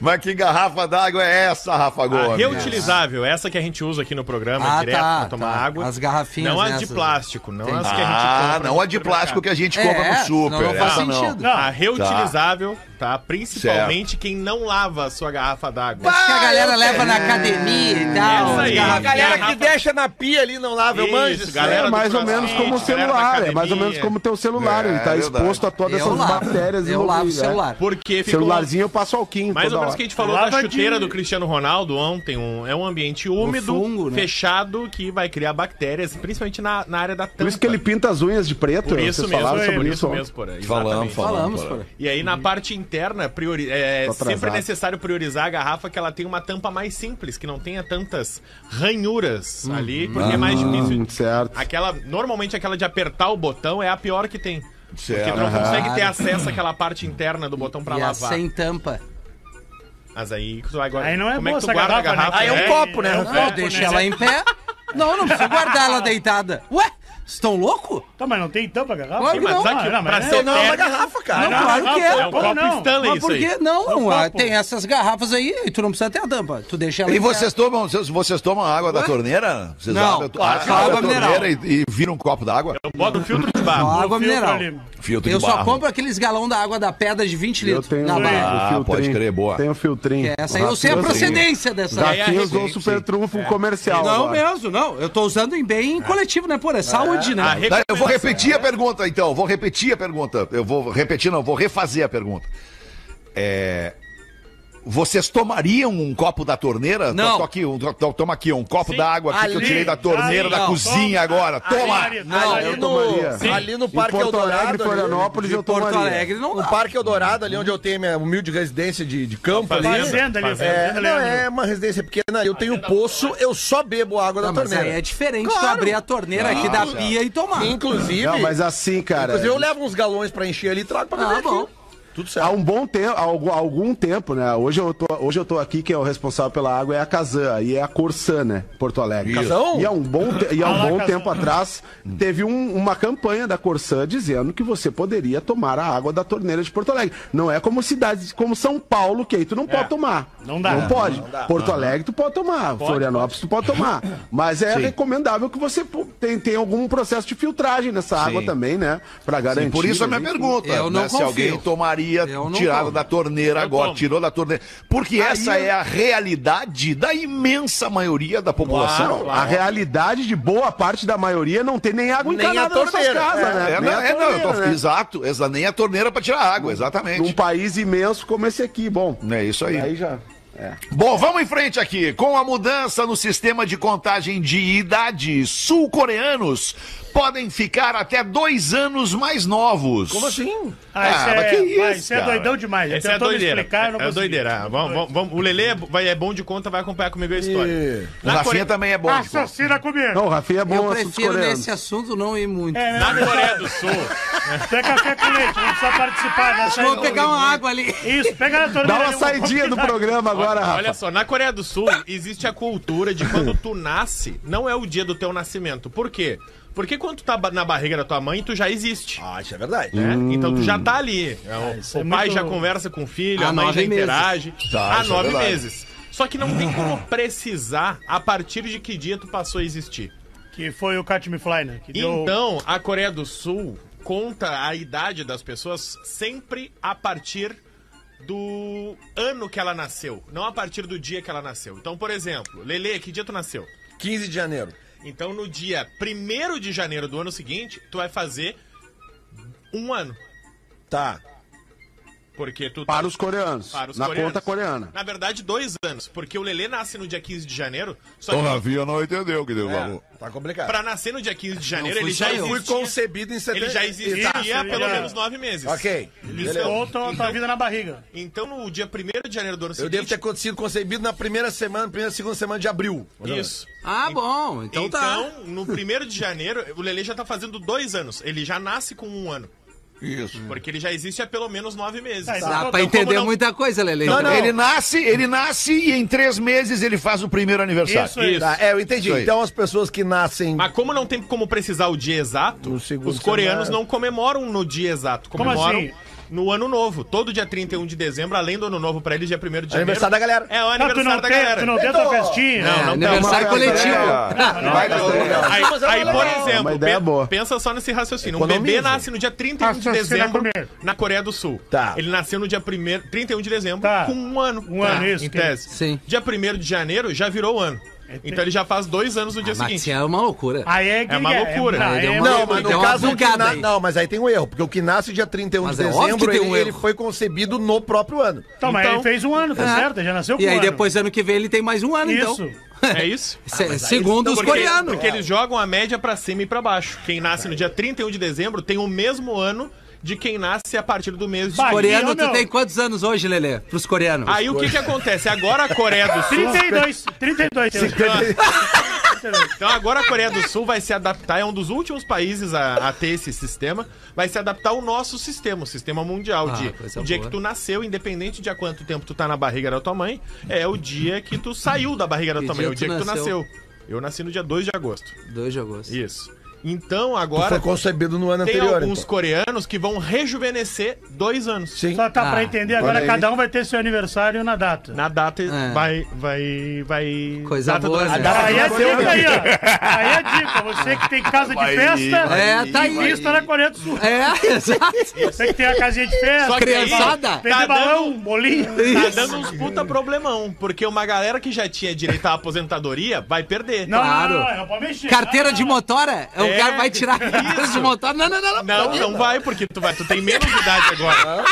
Speaker 4: Mas que garrafa d'água é essa, Rafa
Speaker 7: A
Speaker 4: Gomes?
Speaker 7: reutilizável, essa que a gente usa aqui no programa,
Speaker 5: Ah,
Speaker 7: direto
Speaker 5: tá,
Speaker 7: pra tomar
Speaker 5: tá.
Speaker 7: água.
Speaker 5: As garrafinhas
Speaker 7: Não as de
Speaker 5: nessas.
Speaker 7: plástico, não as que a gente
Speaker 4: Ah,
Speaker 7: compra
Speaker 4: não
Speaker 7: no
Speaker 4: a de plástico que a gente
Speaker 5: É,
Speaker 4: compra no
Speaker 5: é,
Speaker 4: super. Ah,
Speaker 5: senão não faz
Speaker 4: essa
Speaker 5: sentido.
Speaker 8: Não,
Speaker 7: A reutilizável, tá? Principalmente quem não lava a sua garrafa d'água.
Speaker 5: Acho que a galera leva na academia e tal.
Speaker 7: Essa aí.
Speaker 5: garrafinhas.
Speaker 7: A galera que
Speaker 6: deixa na pia ali não lava,
Speaker 7: eu manjo isso.
Speaker 3: É,
Speaker 7: Galera do
Speaker 3: mais ou
Speaker 7: crossfit,
Speaker 3: menos como o
Speaker 7: galera da
Speaker 3: celular, é mais ou
Speaker 7: academia.
Speaker 3: menos como o teu celular,
Speaker 4: É,
Speaker 3: ele tá
Speaker 4: é verdade.
Speaker 3: exposto a todas
Speaker 5: Eu
Speaker 3: essas
Speaker 5: lavo,
Speaker 3: bactérias
Speaker 5: eu lavo o
Speaker 3: envolvidas, né?
Speaker 5: celular.
Speaker 7: Porque ficou
Speaker 3: Celularzinho eu passo alquinho
Speaker 7: Mais ou
Speaker 3: toda
Speaker 7: menos
Speaker 3: hora.
Speaker 7: que a gente falou
Speaker 8: Lava
Speaker 7: da chuteira
Speaker 8: de-
Speaker 7: do Cristiano Ronaldo ontem. um- é um ambiente úmido,
Speaker 5: fungo, né?
Speaker 7: fechado, que vai criar bactérias, principalmente na, na área da tampa.
Speaker 3: Por isso que ele pinta as unhas de preto,
Speaker 7: Por isso
Speaker 3: vocês
Speaker 7: mesmo,
Speaker 3: falaram
Speaker 7: é,
Speaker 3: sobre
Speaker 7: por
Speaker 3: isso.
Speaker 7: isso
Speaker 3: ontem.
Speaker 7: mesmo, por aí.
Speaker 4: Falamos,
Speaker 7: exatamente.
Speaker 5: Falamos,
Speaker 4: falamos.
Speaker 5: porra.
Speaker 4: Porã.
Speaker 7: E aí na parte interna, priori- é
Speaker 3: Tô atrasado.
Speaker 7: sempre necessário priorizar a garrafa que ela tem uma tampa mais simples, que não tenha tantas ranhuras
Speaker 8: Hum.
Speaker 7: ali, porque é
Speaker 8: Ah.
Speaker 7: mais difícil.
Speaker 3: Hum, certo.
Speaker 7: Aquela, normalmente aquela de apertar o botão é a pior que tem. Porque
Speaker 4: Certo.
Speaker 7: tu não
Speaker 4: Aham.
Speaker 7: consegue ter acesso àquela parte interna do
Speaker 3: Então,
Speaker 7: botão pra
Speaker 5: E a
Speaker 7: lavar.
Speaker 5: sem tampa.
Speaker 7: Mas aí tu vai guardar.
Speaker 8: Aí não é
Speaker 7: Como é
Speaker 8: boa
Speaker 7: que tu
Speaker 8: essa
Speaker 7: guarda a
Speaker 8: garrafa, né?
Speaker 7: garrafa?
Speaker 8: Aí é um
Speaker 7: É,
Speaker 8: copo, né?
Speaker 7: é um
Speaker 8: Um
Speaker 7: copo,
Speaker 5: Não,
Speaker 8: copo,
Speaker 7: né?
Speaker 5: deixa ela em pé. Não, não preciso guardar ela deitada. Ué, vocês estão loucos?
Speaker 8: Tá, mas não tem tampa, garrafa?
Speaker 5: Claro
Speaker 8: Sim,
Speaker 5: que
Speaker 8: mas
Speaker 5: não.
Speaker 8: tá
Speaker 7: Aqui, pra
Speaker 8: mas
Speaker 7: ser
Speaker 8: é-
Speaker 6: Não, é uma
Speaker 7: Pega.
Speaker 6: garrafa, cara.
Speaker 8: Não,
Speaker 5: claro
Speaker 8: garrafa,
Speaker 5: que é.
Speaker 7: É um
Speaker 8: Como
Speaker 7: copo
Speaker 8: não?
Speaker 7: Stanley
Speaker 5: Mas
Speaker 7: isso
Speaker 5: por
Speaker 7: aí.
Speaker 5: que não?
Speaker 8: Um
Speaker 5: Ah,
Speaker 8: copo.
Speaker 5: Tem essas garrafas aí e tu não precisa ter a tampa. Tu deixa ela
Speaker 4: E
Speaker 5: em pé.
Speaker 4: vocês tomam, vocês, vocês tomam água da
Speaker 5: Ué?
Speaker 4: torneira? Vocês
Speaker 5: Não,
Speaker 4: abrem a to-
Speaker 5: claro,
Speaker 4: abrem
Speaker 5: só água
Speaker 4: a torneira
Speaker 5: mineral.
Speaker 4: E, e viram um copo d'água?
Speaker 7: Bota o filtro de
Speaker 5: Só
Speaker 7: barro.
Speaker 5: água
Speaker 8: filtro
Speaker 5: mineral.
Speaker 8: ali.
Speaker 4: Ah, Filtro de
Speaker 5: Eu só
Speaker 4: barro.
Speaker 5: compro aqueles galão da água da pedra de 20
Speaker 3: Eu
Speaker 5: litros
Speaker 3: tenho um
Speaker 5: na barra.
Speaker 4: Ah, pode crer, boa.
Speaker 3: Tem o filtrinho.
Speaker 5: Que é Essa aí eu sei a
Speaker 3: Rafinha-
Speaker 5: procedência dessa.
Speaker 7: Daí
Speaker 3: Daqui
Speaker 7: é
Speaker 3: eu sou o
Speaker 7: sim,
Speaker 3: super trunfo comercial.
Speaker 5: Não
Speaker 3: agora.
Speaker 5: mesmo, não. Eu tô usando em bem coletivo, né, pô? É saúde,
Speaker 7: A
Speaker 5: né?
Speaker 4: Tá, eu vou
Speaker 7: recomendação-
Speaker 4: repetir a pergunta, então. Vou repetir a pergunta. Eu vou repetir, não, vou refazer a pergunta. É, Vocês tomariam um copo da torneira?
Speaker 5: Não.
Speaker 4: Tô- tô aqui, um- to- toma aqui, um copo
Speaker 8: Sim.
Speaker 4: d'água aqui que eu
Speaker 6: Ali,
Speaker 4: tirei da torneira
Speaker 8: ali,
Speaker 4: da
Speaker 5: não.
Speaker 4: cozinha agora. Toma!
Speaker 8: Ali,
Speaker 5: Não,
Speaker 6: ali,
Speaker 3: eu tomaria.
Speaker 6: no,
Speaker 3: Sim.
Speaker 6: ali no
Speaker 3: Em
Speaker 6: Parque
Speaker 3: Porto
Speaker 6: Eldorado.
Speaker 3: Alegre,
Speaker 6: ali,
Speaker 3: Florianópolis, eu
Speaker 5: Porto
Speaker 3: tomaria.
Speaker 5: Alegre não
Speaker 6: No
Speaker 5: dá.
Speaker 6: Parque Eldorado, ali onde eu tenho minha humilde residência de, de campo. Ali,
Speaker 8: Fazenda ali,
Speaker 7: Fazenda.
Speaker 6: é,
Speaker 8: fazenda,
Speaker 6: não,
Speaker 8: Leandro.
Speaker 6: é uma residência pequena. Eu tenho poço, eu só bebo água da
Speaker 5: Não, mas
Speaker 6: torneira.
Speaker 5: aí é diferente tu
Speaker 6: Claro.
Speaker 5: abrir a torneira aqui da pia e tomar.
Speaker 6: Inclusive,
Speaker 3: Não, mas assim, cara.
Speaker 6: é inclusive, eu levo uns galões pra encher ali e trago pra
Speaker 5: Ah,
Speaker 6: beber
Speaker 5: bom.
Speaker 6: aqui. Tudo certo.
Speaker 3: Há um bom tempo, há algu- algum tempo, né? Hoje eu tô, hoje eu tô aqui, quem é o responsável pela água é a Kazan, e é a Corsan, né? Porto Alegre.
Speaker 6: Kazan?
Speaker 3: E há um bom, te- e há um
Speaker 8: Fala,
Speaker 3: bom
Speaker 8: Kazan.
Speaker 3: tempo atrás teve um- uma campanha da Corsan dizendo que você poderia tomar a água da torneira de Porto Alegre. Não é como cidades como São Paulo, que aí tu não pode tomar.
Speaker 8: Não dá.
Speaker 3: Não pode. Porto Alegre tu pode tomar, Florianópolis tu pode tomar. Mas é recomendável que você pô, tem- tenha algum processo de filtragem nessa água também, né? Pra garantir.
Speaker 4: E por isso a minha
Speaker 3: enfim.
Speaker 4: pergunta,
Speaker 5: Eu não
Speaker 4: né, se
Speaker 5: confio.
Speaker 4: alguém tomaria
Speaker 5: Eu não
Speaker 4: tirada
Speaker 5: tomo.
Speaker 4: da torneira
Speaker 7: Eu
Speaker 4: agora,
Speaker 7: tomo.
Speaker 4: tirou da torneira. Porque essa é a realidade da imensa maioria da população.
Speaker 3: Não, a realidade de boa parte da maioria não tem nem água
Speaker 6: Nem a
Speaker 3: encanada nas suas
Speaker 6: torneira.
Speaker 3: casas,
Speaker 4: É,
Speaker 3: né?
Speaker 4: é,
Speaker 3: Nem
Speaker 4: não,
Speaker 3: a
Speaker 4: é, não, eu tô-
Speaker 3: torneira, né?
Speaker 4: Exato, exa, nem a torneira para tirar água, exatamente.
Speaker 3: Num país imenso como esse aqui, bom.
Speaker 4: É isso aí.
Speaker 3: Aí já.
Speaker 4: Bom, vamos em frente aqui. Com a mudança no sistema de contagem de idade, sul-coreanos podem ficar até dois anos mais novos.
Speaker 6: Como assim?
Speaker 8: Ah, isso
Speaker 4: Ah, mas
Speaker 8: é,
Speaker 4: que isso,
Speaker 8: vai, isso é
Speaker 4: cara?
Speaker 8: doidão demais.
Speaker 7: Essa
Speaker 8: Esse
Speaker 7: é a
Speaker 8: tentou me
Speaker 7: doideira.
Speaker 8: explicar, eu não
Speaker 7: é a
Speaker 8: consegui.
Speaker 7: doideira. Ah, vamos- vamos- vamos- o Lelê é, vai- é bom de conta, vai acompanhar como é que é a história.
Speaker 6: E-
Speaker 4: O Rafinha
Speaker 7: Coreia-
Speaker 4: também é bom.
Speaker 6: Ah,
Speaker 4: de conta.
Speaker 8: Assassina comigo.
Speaker 3: Não, o Rafinha é bom
Speaker 5: Eu
Speaker 3: assuntos
Speaker 5: prefiro
Speaker 3: coreanos.
Speaker 5: nesse assunto não ir muito.
Speaker 8: É,
Speaker 7: Na
Speaker 8: né?
Speaker 7: Coreia do Sul.
Speaker 8: Tem café com leite, não precisa participar. Né?
Speaker 5: Acho que eu vou pegar uma água ali.
Speaker 8: Isso, pega na torneira.
Speaker 3: Dá uma
Speaker 8: ali,
Speaker 3: saidinha do
Speaker 8: oportunidade.
Speaker 3: programa agora,
Speaker 7: olha, olha
Speaker 3: Rafa.
Speaker 7: só, na Coreia do Sul existe a cultura de quando tu nasce, não é o dia do teu nascimento. Por quê? Porque quando tu tá ba- na barriga da tua mãe, tu já existe.
Speaker 6: Ah, isso é verdade.
Speaker 7: né? Então tu já tá ali. O,
Speaker 8: isso é
Speaker 7: o pai
Speaker 8: muito-
Speaker 7: já conversa com o filho,
Speaker 5: Há
Speaker 7: a mãe já
Speaker 5: nove meses.
Speaker 7: interage.
Speaker 4: Tá,
Speaker 7: há
Speaker 4: isso é
Speaker 7: nove
Speaker 4: verdade.
Speaker 7: meses. Só que não tem como precisar a partir de que dia tu passou a existir.
Speaker 8: Que foi o Cat Me Fly, né? Que deu-
Speaker 7: Então, a Coreia do Sul conta a idade das pessoas sempre a partir do ano que ela nasceu, não a partir do dia que ela nasceu. Então, por exemplo, Lele, que dia tu nasceu?
Speaker 6: 15 de janeiro.
Speaker 7: Então, no dia 1 de janeiro do ano seguinte, tu vai fazer um ano.
Speaker 6: Tá.
Speaker 7: Porque tu tá
Speaker 3: Para os coreanos.
Speaker 7: Para os
Speaker 3: na
Speaker 7: coreanos.
Speaker 3: conta coreana.
Speaker 7: Na verdade, dois anos, porque o Lelê nasce no dia 15 de janeiro, só que
Speaker 4: Então, Rafinha não entendeu o que deu valor.
Speaker 6: Tá complicado.
Speaker 7: pra nascer no dia 15 de janeiro,
Speaker 5: Não fui
Speaker 7: ele já
Speaker 5: só eu.
Speaker 7: existia.
Speaker 6: Fui concebido em Tá. setembro.
Speaker 7: Ele já existia
Speaker 8: Isso, ele
Speaker 7: pelo
Speaker 8: já-
Speaker 7: menos nove meses.
Speaker 6: Ok.
Speaker 8: Eles
Speaker 7: é
Speaker 8: contam a tua vida na barriga.
Speaker 7: Então, no dia 1 de janeiro do ano
Speaker 6: Eu devo ter sido concebido na primeira semana, primeira, segunda semana de abril.
Speaker 7: Isso.
Speaker 5: Ah, bom. Então,
Speaker 7: Então,
Speaker 5: tá.
Speaker 7: no 1 de janeiro, o Lelê já tá fazendo dois anos. Ele já nasce com um ano.
Speaker 4: Isso.
Speaker 6: né?
Speaker 7: Porque ele já existe há pelo menos nove meses.
Speaker 8: Tá,
Speaker 5: Dá
Speaker 8: então
Speaker 5: pra
Speaker 8: como
Speaker 5: entender
Speaker 7: não-
Speaker 5: muita coisa, Lele.
Speaker 6: Ah, Não, não.
Speaker 4: Ele nasce, ele nasce e em três meses ele faz o primeiro aniversário.
Speaker 8: Isso aí. Ah,
Speaker 6: Tá, é, eu entendi.
Speaker 4: Isso aí.
Speaker 6: Então as pessoas que nascem.
Speaker 7: Mas como não tem como precisar o dia exato,
Speaker 6: No segundo
Speaker 7: os coreanos
Speaker 6: semana.
Speaker 7: não comemoram no dia exato,
Speaker 8: Como
Speaker 7: comemoram
Speaker 8: assim?
Speaker 7: no ano novo. Todo dia 31 de dezembro, além do ano novo pra eles, dia 1 de janeiro.
Speaker 6: Aniversário da galera.
Speaker 7: É
Speaker 8: Ah,
Speaker 7: o
Speaker 8: tu
Speaker 7: aniversário
Speaker 8: não
Speaker 7: da
Speaker 8: tem,
Speaker 7: galera.
Speaker 8: tu não tem a tua festinha?
Speaker 5: É,
Speaker 7: não tem
Speaker 5: aniversário
Speaker 3: uma festa,
Speaker 5: coletivo.
Speaker 4: Vai, Lelê.
Speaker 7: Aí,
Speaker 6: Mas é uma
Speaker 7: aí, por
Speaker 8: um
Speaker 6: legal.
Speaker 7: exemplo,
Speaker 3: Uma ideia
Speaker 7: pe-
Speaker 3: boa.
Speaker 7: pensa só nesse raciocínio. Um
Speaker 6: Economiza.
Speaker 7: bebê nasce no dia 31 de
Speaker 8: Raciocina
Speaker 7: dezembro
Speaker 8: comigo.
Speaker 7: na Coreia do Sul.
Speaker 6: Tá.
Speaker 7: Ele nasceu no dia 1 31 de dezembro
Speaker 8: Ah, Tá.
Speaker 7: com um ano.
Speaker 8: Um
Speaker 7: Tá,
Speaker 8: ano, isso, É,
Speaker 7: Em
Speaker 8: que-
Speaker 7: tese.
Speaker 5: Sim.
Speaker 7: Dia 1 de janeiro já virou ano. Então ele já faz dois anos no
Speaker 6: Ah,
Speaker 7: dia
Speaker 5: Mas isso
Speaker 7: seguinte.
Speaker 5: é uma loucura.
Speaker 8: Aí é, que-
Speaker 7: É uma
Speaker 8: é-
Speaker 7: loucura.
Speaker 8: não,
Speaker 7: Aí
Speaker 8: aí
Speaker 5: deu
Speaker 8: é
Speaker 5: uma-
Speaker 6: Não,
Speaker 8: uma-
Speaker 6: mas
Speaker 5: Deu
Speaker 6: no
Speaker 5: uma
Speaker 6: caso o que
Speaker 5: bugada
Speaker 6: na...
Speaker 5: então, aí.
Speaker 6: Não, mas aí tem um erro, porque o que nasce dia 31
Speaker 5: Mas
Speaker 6: de
Speaker 5: é óbvio
Speaker 6: dezembro,
Speaker 5: que tem
Speaker 6: ele,
Speaker 5: um erro.
Speaker 6: ele foi concebido no próprio ano.
Speaker 8: Então, mas
Speaker 7: Então-
Speaker 8: ele fez um ano, tá
Speaker 5: Ah.
Speaker 8: certo? Ele Já nasceu com
Speaker 5: E
Speaker 8: um
Speaker 5: aí
Speaker 8: ano.
Speaker 5: depois, ano que vem, ele tem mais um ano,
Speaker 8: Isso.
Speaker 5: então.
Speaker 7: É isso?
Speaker 5: Se- segundo os
Speaker 7: Porque-
Speaker 5: coreanos.
Speaker 7: Porque eles jogam a média pra cima e pra baixo. Quem nasce no dia 31 de dezembro tem o mesmo ano de quem nasce a partir do mês
Speaker 5: Então,
Speaker 8: Bah,
Speaker 7: de
Speaker 5: Coreano,
Speaker 8: Aí, ô,
Speaker 5: tu
Speaker 8: meu.
Speaker 5: tem quantos anos hoje, Lelê? Pros coreanos.
Speaker 7: Aí o que que acontece? Agora a Coreia do Sul...
Speaker 5: <laughs>
Speaker 8: 32, 32. tem hoje.
Speaker 7: Então agora a Coreia do Sul vai se adaptar, é um dos últimos países a, a ter esse sistema, vai se adaptar ao nosso sistema, o sistema mundial.
Speaker 5: Ah,
Speaker 7: de,
Speaker 5: coisa
Speaker 7: o dia
Speaker 5: boa.
Speaker 7: que tu nasceu, independente de há quanto tempo tu tá na barriga da tua mãe, é o dia que tu saiu da barriga da
Speaker 5: Que
Speaker 7: tua mãe, é o
Speaker 5: dia
Speaker 7: dia
Speaker 5: tu
Speaker 7: que tu
Speaker 5: nasceu.
Speaker 7: nasceu. Eu nasci no dia 2 de agosto.
Speaker 5: 2 de agosto.
Speaker 7: Isso. Então
Speaker 6: Tu
Speaker 7: agora
Speaker 6: foi concebido no ano
Speaker 7: tem
Speaker 6: anterior.
Speaker 7: alguns
Speaker 6: então.
Speaker 7: coreanos que vão rejuvenescer dois anos.
Speaker 6: Sim.
Speaker 8: Só tá
Speaker 5: Ah,
Speaker 8: pra entender, agora cada um vai ter seu aniversário na data.
Speaker 7: Na data
Speaker 5: É.
Speaker 7: vai. Vai. Vai.
Speaker 5: Coisa
Speaker 7: data
Speaker 5: boa, né?
Speaker 7: data
Speaker 8: Aí
Speaker 7: do
Speaker 8: é
Speaker 7: nascimento.
Speaker 8: dica aí, ó. Aí é dica. Você que tem casa de
Speaker 4: Vai,
Speaker 8: festa,
Speaker 5: É, tá aí.
Speaker 8: vista na Coreia do Sul.
Speaker 5: É, <laughs> exato.
Speaker 8: Você que tem a casinha de festa,
Speaker 7: Só que aí-
Speaker 5: Criançada.
Speaker 8: vender
Speaker 7: Tá
Speaker 8: balão,
Speaker 7: dando-
Speaker 8: bolinho.
Speaker 7: Tá
Speaker 5: Isso.
Speaker 7: dando uns puta problemão, porque uma galera que já tinha direito à aposentadoria vai perder.
Speaker 8: Não,
Speaker 5: Claro.
Speaker 8: não, não, não, não pode mexer. tá?
Speaker 5: Carteira de
Speaker 8: Não, não,
Speaker 5: motora? O
Speaker 7: É,
Speaker 5: cara vai tirar a carteira
Speaker 7: isso.
Speaker 5: de motora? Não, não, não. não.
Speaker 7: Não, não vai, porque tu, vai, tu tem menos idade agora.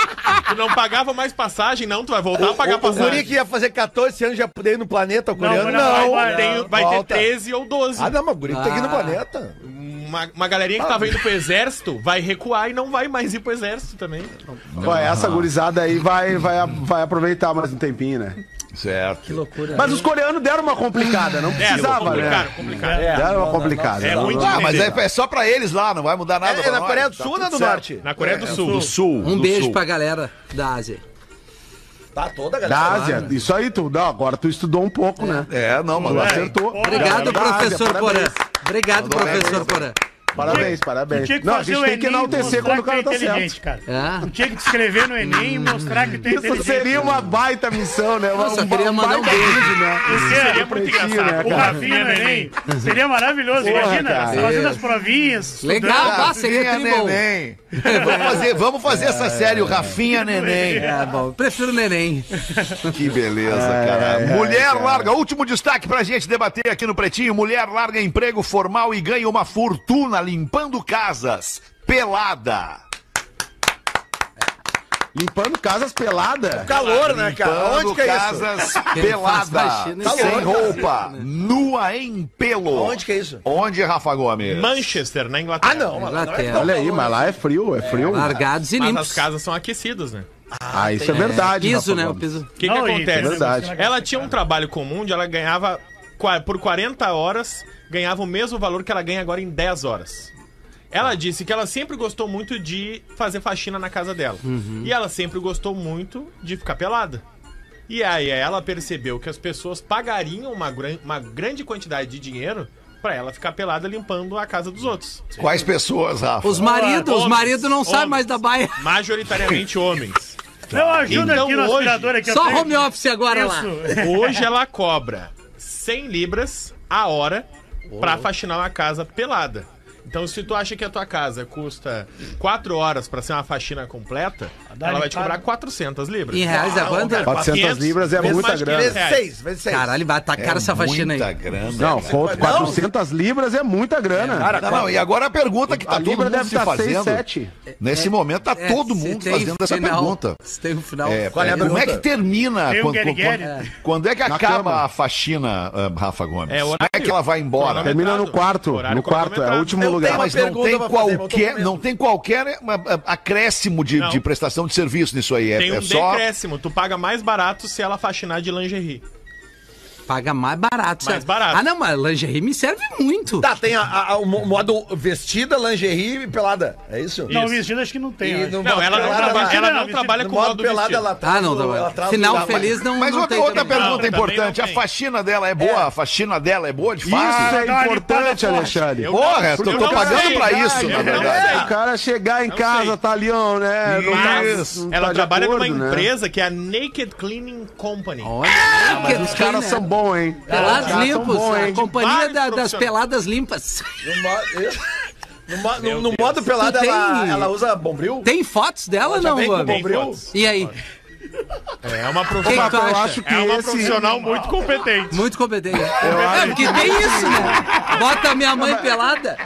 Speaker 7: Tu não pagava mais passagem, não, tu vai voltar a pagar
Speaker 6: O, o guri
Speaker 7: passagem.
Speaker 6: que ia fazer 14 anos já podia ir no planeta, o coreano
Speaker 8: não,
Speaker 6: não.
Speaker 8: vai,
Speaker 7: Tem- vai ter
Speaker 6: Volta.
Speaker 7: 13 ou 12.
Speaker 6: Ah, não, mas o guri que tem que ir no
Speaker 5: Ah.
Speaker 6: planeta.
Speaker 7: Uma, uma galerinha que tava indo pro exército vai recuar e não vai mais ir pro exército também.
Speaker 3: Vai, essa gurizada aí vai, vai, vai aproveitar mais um tempinho, né?
Speaker 4: Certo.
Speaker 5: Que loucura.
Speaker 3: Mas os coreanos deram uma complicada, não precisava,
Speaker 7: complicado,
Speaker 3: né?
Speaker 7: complicado.
Speaker 3: Deram uma complicada.
Speaker 7: É
Speaker 3: Não,
Speaker 7: muito
Speaker 3: não.
Speaker 4: Ah, mas é,
Speaker 7: entender.
Speaker 4: é só pra eles lá, não vai mudar nada.
Speaker 6: É,
Speaker 4: pra
Speaker 6: é na
Speaker 4: nós.
Speaker 6: Coreia do
Speaker 4: Tá
Speaker 6: Sul ou
Speaker 4: tudo
Speaker 6: na do
Speaker 4: certo.
Speaker 6: Norte?
Speaker 7: Na Coreia do Sul.
Speaker 4: Do Sul.
Speaker 5: Um
Speaker 4: do
Speaker 5: beijo
Speaker 4: Sul.
Speaker 5: pra galera da Ásia.
Speaker 6: Tá toda a
Speaker 3: Da
Speaker 6: galera.
Speaker 3: Ásia. Isso aí, tu, não, agora tu estudou um pouco, né?
Speaker 4: É, não,
Speaker 3: Tu
Speaker 4: mano.
Speaker 3: acertou. Galera
Speaker 5: Obrigado,
Speaker 3: da Ásia,
Speaker 5: professor Porã.
Speaker 3: parabéns.
Speaker 5: Obrigado, professor Porã.
Speaker 3: Parabéns, parabéns.
Speaker 8: Tinha que
Speaker 3: Não, a
Speaker 8: fazer
Speaker 3: gente
Speaker 8: o
Speaker 3: tem que
Speaker 8: Enem
Speaker 3: enaltecer quando o cara
Speaker 8: mostrar que
Speaker 3: tá
Speaker 8: tu é
Speaker 3: certo.
Speaker 8: inteligente, cara.
Speaker 5: É.
Speaker 8: Tu Tinha que te escrever no Enem e mostrar que tu é
Speaker 3: Isso
Speaker 8: inteligente.
Speaker 3: seria uma baita missão, né?
Speaker 5: Eu só
Speaker 3: Uma-
Speaker 5: queria
Speaker 3: uma
Speaker 5: mandar um
Speaker 3: baita
Speaker 5: beijo, né?
Speaker 8: Isso
Speaker 3: é
Speaker 7: Seria muito
Speaker 3: né,
Speaker 7: engraçado.
Speaker 8: O Rafinha no Enem. Seria maravilhoso.
Speaker 3: Porra,
Speaker 8: Imagina,
Speaker 3: cara.
Speaker 8: fazendo as provinhas.
Speaker 5: Legal,
Speaker 8: estudando.
Speaker 5: pá, seria
Speaker 4: Rafinha
Speaker 5: é
Speaker 6: <laughs>
Speaker 5: tribom.
Speaker 4: Neném. Vamos fazer, vamos fazer essa série, o Rafinha Neném.
Speaker 5: É, bom, prefiro neném.
Speaker 4: Que beleza, cara. mulher larga, último destaque pra gente debater aqui no Pretinho. Mulher larga emprego formal e ganha uma fortuna limpando casas. Pelada.
Speaker 3: Limpando casas pelada.
Speaker 6: Calor, né, cara?
Speaker 4: Limpando
Speaker 6: Onde que é isso?
Speaker 4: casas
Speaker 5: faz
Speaker 4: pelada.
Speaker 5: faxina,
Speaker 4: sem
Speaker 6: isso é
Speaker 4: roupa. Nua em pelo.
Speaker 6: Onde que é isso?
Speaker 4: Onde, Rafa Gomes?
Speaker 7: Manchester, na Inglaterra.
Speaker 6: Ah, não, mas lá não é
Speaker 5: Inglaterra.
Speaker 6: tão
Speaker 3: Olha aí,
Speaker 6: calor,
Speaker 3: mas lá é frio, é frio.
Speaker 5: Largados e
Speaker 7: Mas as
Speaker 5: limpos.
Speaker 7: casas são aquecidas, né?
Speaker 3: Ah, isso é verdade. Rafa
Speaker 5: Piso, né? O
Speaker 3: Gomes.
Speaker 5: piso.
Speaker 7: O que,
Speaker 8: Não,
Speaker 7: que
Speaker 8: e-
Speaker 7: acontece?
Speaker 3: verdade.
Speaker 7: Ela tinha um trabalho comum onde ela ganhava qua- por 40 horas, ganhava o mesmo valor que ela ganha agora em 10 horas. Ela disse que ela sempre gostou muito de fazer faxina na casa dela. E ela sempre gostou muito de ficar pelada. E aí ela percebeu que as pessoas pagariam uma, gran- uma grande quantidade de dinheiro pra ela ficar pelada limpando a casa dos outros.
Speaker 4: Quais pessoas, Rafa?
Speaker 5: Os maridos, os
Speaker 7: Homens,
Speaker 5: maridos não sabem
Speaker 7: homens.
Speaker 5: mais da baia.
Speaker 7: Majoritariamente homens.
Speaker 8: né? Não, ajuda
Speaker 7: Então,
Speaker 8: aqui no
Speaker 7: hoje,
Speaker 8: aspirador. Aqui, eu
Speaker 5: Só
Speaker 8: tenho-
Speaker 5: home office agora lá.
Speaker 8: Isso.
Speaker 7: Hoje ela cobra 100 libras a hora pra faxinar uma casa pelada. Então, se tu acha que a tua casa custa 4 horas pra ser uma faxina completa,
Speaker 8: dá
Speaker 7: ela vai te
Speaker 8: limpada.
Speaker 7: cobrar 400 libras. Ah,
Speaker 5: Em reais
Speaker 4: Ah,
Speaker 5: é quanto?
Speaker 3: 400 libras é
Speaker 7: vezes
Speaker 3: muita
Speaker 7: mais de
Speaker 3: grana.
Speaker 7: 500
Speaker 8: né?
Speaker 6: Vezes
Speaker 7: reais.
Speaker 6: seis, vezes seis.
Speaker 5: Caralho, vai tá cara essa faxina aí.
Speaker 4: É Muita grana.
Speaker 3: Não,
Speaker 4: cara.
Speaker 3: quanto- 400 libras é muita grana.
Speaker 4: Não, não, e agora a pergunta que tá
Speaker 3: a
Speaker 4: todo
Speaker 3: libra
Speaker 4: mundo
Speaker 3: deve
Speaker 4: se
Speaker 3: estar 6,
Speaker 4: fazendo.
Speaker 3: 7.
Speaker 4: Nesse momento tá
Speaker 5: É,
Speaker 4: todo
Speaker 5: se
Speaker 4: mundo
Speaker 5: tem
Speaker 4: fazendo essa
Speaker 5: final-
Speaker 4: pergunta.
Speaker 5: Se tem um final.
Speaker 4: É,
Speaker 6: Qual é a
Speaker 4: como é
Speaker 6: pergunta?
Speaker 4: que termina?
Speaker 8: Tem um
Speaker 4: Quando,
Speaker 8: Gary
Speaker 4: quando,
Speaker 8: Gary?
Speaker 4: quando é que
Speaker 3: Na
Speaker 4: acaba
Speaker 3: cama.
Speaker 4: a faxina, ah, Rafa Gomes?
Speaker 7: É,
Speaker 4: Como
Speaker 7: horário.
Speaker 4: é que ela vai embora?
Speaker 7: Horário.
Speaker 3: Termina no quarto.
Speaker 7: Horário
Speaker 3: No quarto, é o
Speaker 7: cronometrado.
Speaker 3: último
Speaker 6: Eu
Speaker 3: lugar.
Speaker 6: tenho
Speaker 4: Mas
Speaker 6: uma
Speaker 4: não
Speaker 6: pergunta
Speaker 4: tem,
Speaker 6: pra fazer, mas eu tô com
Speaker 4: qualquer,
Speaker 6: medo.
Speaker 4: não tem qualquer eh, uma, ah, acréscimo de,
Speaker 7: Não.
Speaker 4: de prestação de serviço nisso aí. É,
Speaker 7: Tem um
Speaker 4: é só.
Speaker 7: decréscimo, tu paga mais barato se ela faxinar de lingerie.
Speaker 5: Paga mais barato.
Speaker 7: Mais
Speaker 5: sabe?
Speaker 7: barato.
Speaker 5: Ah, não, mas lingerie me serve muito.
Speaker 6: Tá, tem a- a- a- o mo- modo vestida, lingerie e pelada. É isso?
Speaker 7: Isso.
Speaker 8: Não, vestido acho que não tem. eu
Speaker 6: E
Speaker 8: acho.
Speaker 6: no
Speaker 7: Não,
Speaker 6: modo
Speaker 7: ela não,
Speaker 6: pelada,
Speaker 7: trabalha,
Speaker 8: vestida
Speaker 7: ela
Speaker 8: não,
Speaker 7: não
Speaker 8: vestido-
Speaker 7: trabalha
Speaker 6: No
Speaker 7: com o
Speaker 6: modo
Speaker 7: modo
Speaker 6: pelada,
Speaker 7: vestido.
Speaker 6: ela
Speaker 5: Ah,
Speaker 6: traz
Speaker 5: não,
Speaker 6: o-
Speaker 5: não.
Speaker 6: ela traz o-
Speaker 5: Final
Speaker 6: Tá, mas-
Speaker 5: feliz não,
Speaker 4: Mas
Speaker 5: não
Speaker 4: outra,
Speaker 5: tem
Speaker 4: outra
Speaker 5: também.
Speaker 4: pergunta
Speaker 7: Não, também
Speaker 4: importante.
Speaker 7: não
Speaker 4: A
Speaker 7: tem.
Speaker 4: faxina dela é boa? A faxina dela é boa de
Speaker 3: Isso
Speaker 4: fato?
Speaker 8: dá uma
Speaker 3: é importante,
Speaker 8: limpada forte.
Speaker 3: Alexandre.
Speaker 7: Eu-
Speaker 4: Porra, eu tô,
Speaker 7: Eu
Speaker 4: tô
Speaker 7: não
Speaker 4: pagando
Speaker 7: sei,
Speaker 4: pra
Speaker 7: cara,
Speaker 4: isso, né?
Speaker 7: eu
Speaker 4: na
Speaker 7: não
Speaker 4: verdade.
Speaker 7: sei.
Speaker 3: É, o cara chegar em
Speaker 7: Não
Speaker 3: casa,
Speaker 7: sei.
Speaker 3: tá ali, ó, né? não tá-
Speaker 7: Mas
Speaker 3: não
Speaker 7: ela
Speaker 3: tá de
Speaker 7: trabalha
Speaker 3: acordo,
Speaker 7: numa
Speaker 3: né?
Speaker 7: empresa que é a Naked Cleaning Company.
Speaker 5: Olha, que
Speaker 3: Os
Speaker 5: tem,
Speaker 3: caras
Speaker 5: né?
Speaker 3: são bons, hein?
Speaker 5: Pelados
Speaker 3: Os caras são
Speaker 5: limpos,
Speaker 3: bons,
Speaker 5: a
Speaker 3: hein?
Speaker 5: companhia
Speaker 7: Vários
Speaker 5: da- das
Speaker 7: profissionais.
Speaker 5: peladas limpas.
Speaker 6: No,
Speaker 5: <laughs>
Speaker 6: mo- isso. No mo- no- no
Speaker 7: Deus.
Speaker 6: modo pelada,
Speaker 5: Tu tem-
Speaker 6: ela, ela usa bombril?
Speaker 5: Tem fotos dela,
Speaker 6: Já
Speaker 5: não,
Speaker 6: vem com
Speaker 5: Gomes?
Speaker 6: bombril?
Speaker 7: fotos.
Speaker 5: E aí?
Speaker 7: É uma
Speaker 5: Quem
Speaker 7: profissional.
Speaker 5: tu
Speaker 3: Eu
Speaker 5: acha?
Speaker 3: acho que
Speaker 7: É uma
Speaker 3: esse...
Speaker 7: profissional muito competente.
Speaker 5: Muito competente. É, porque tem isso, né? Bota minha mãe pelada.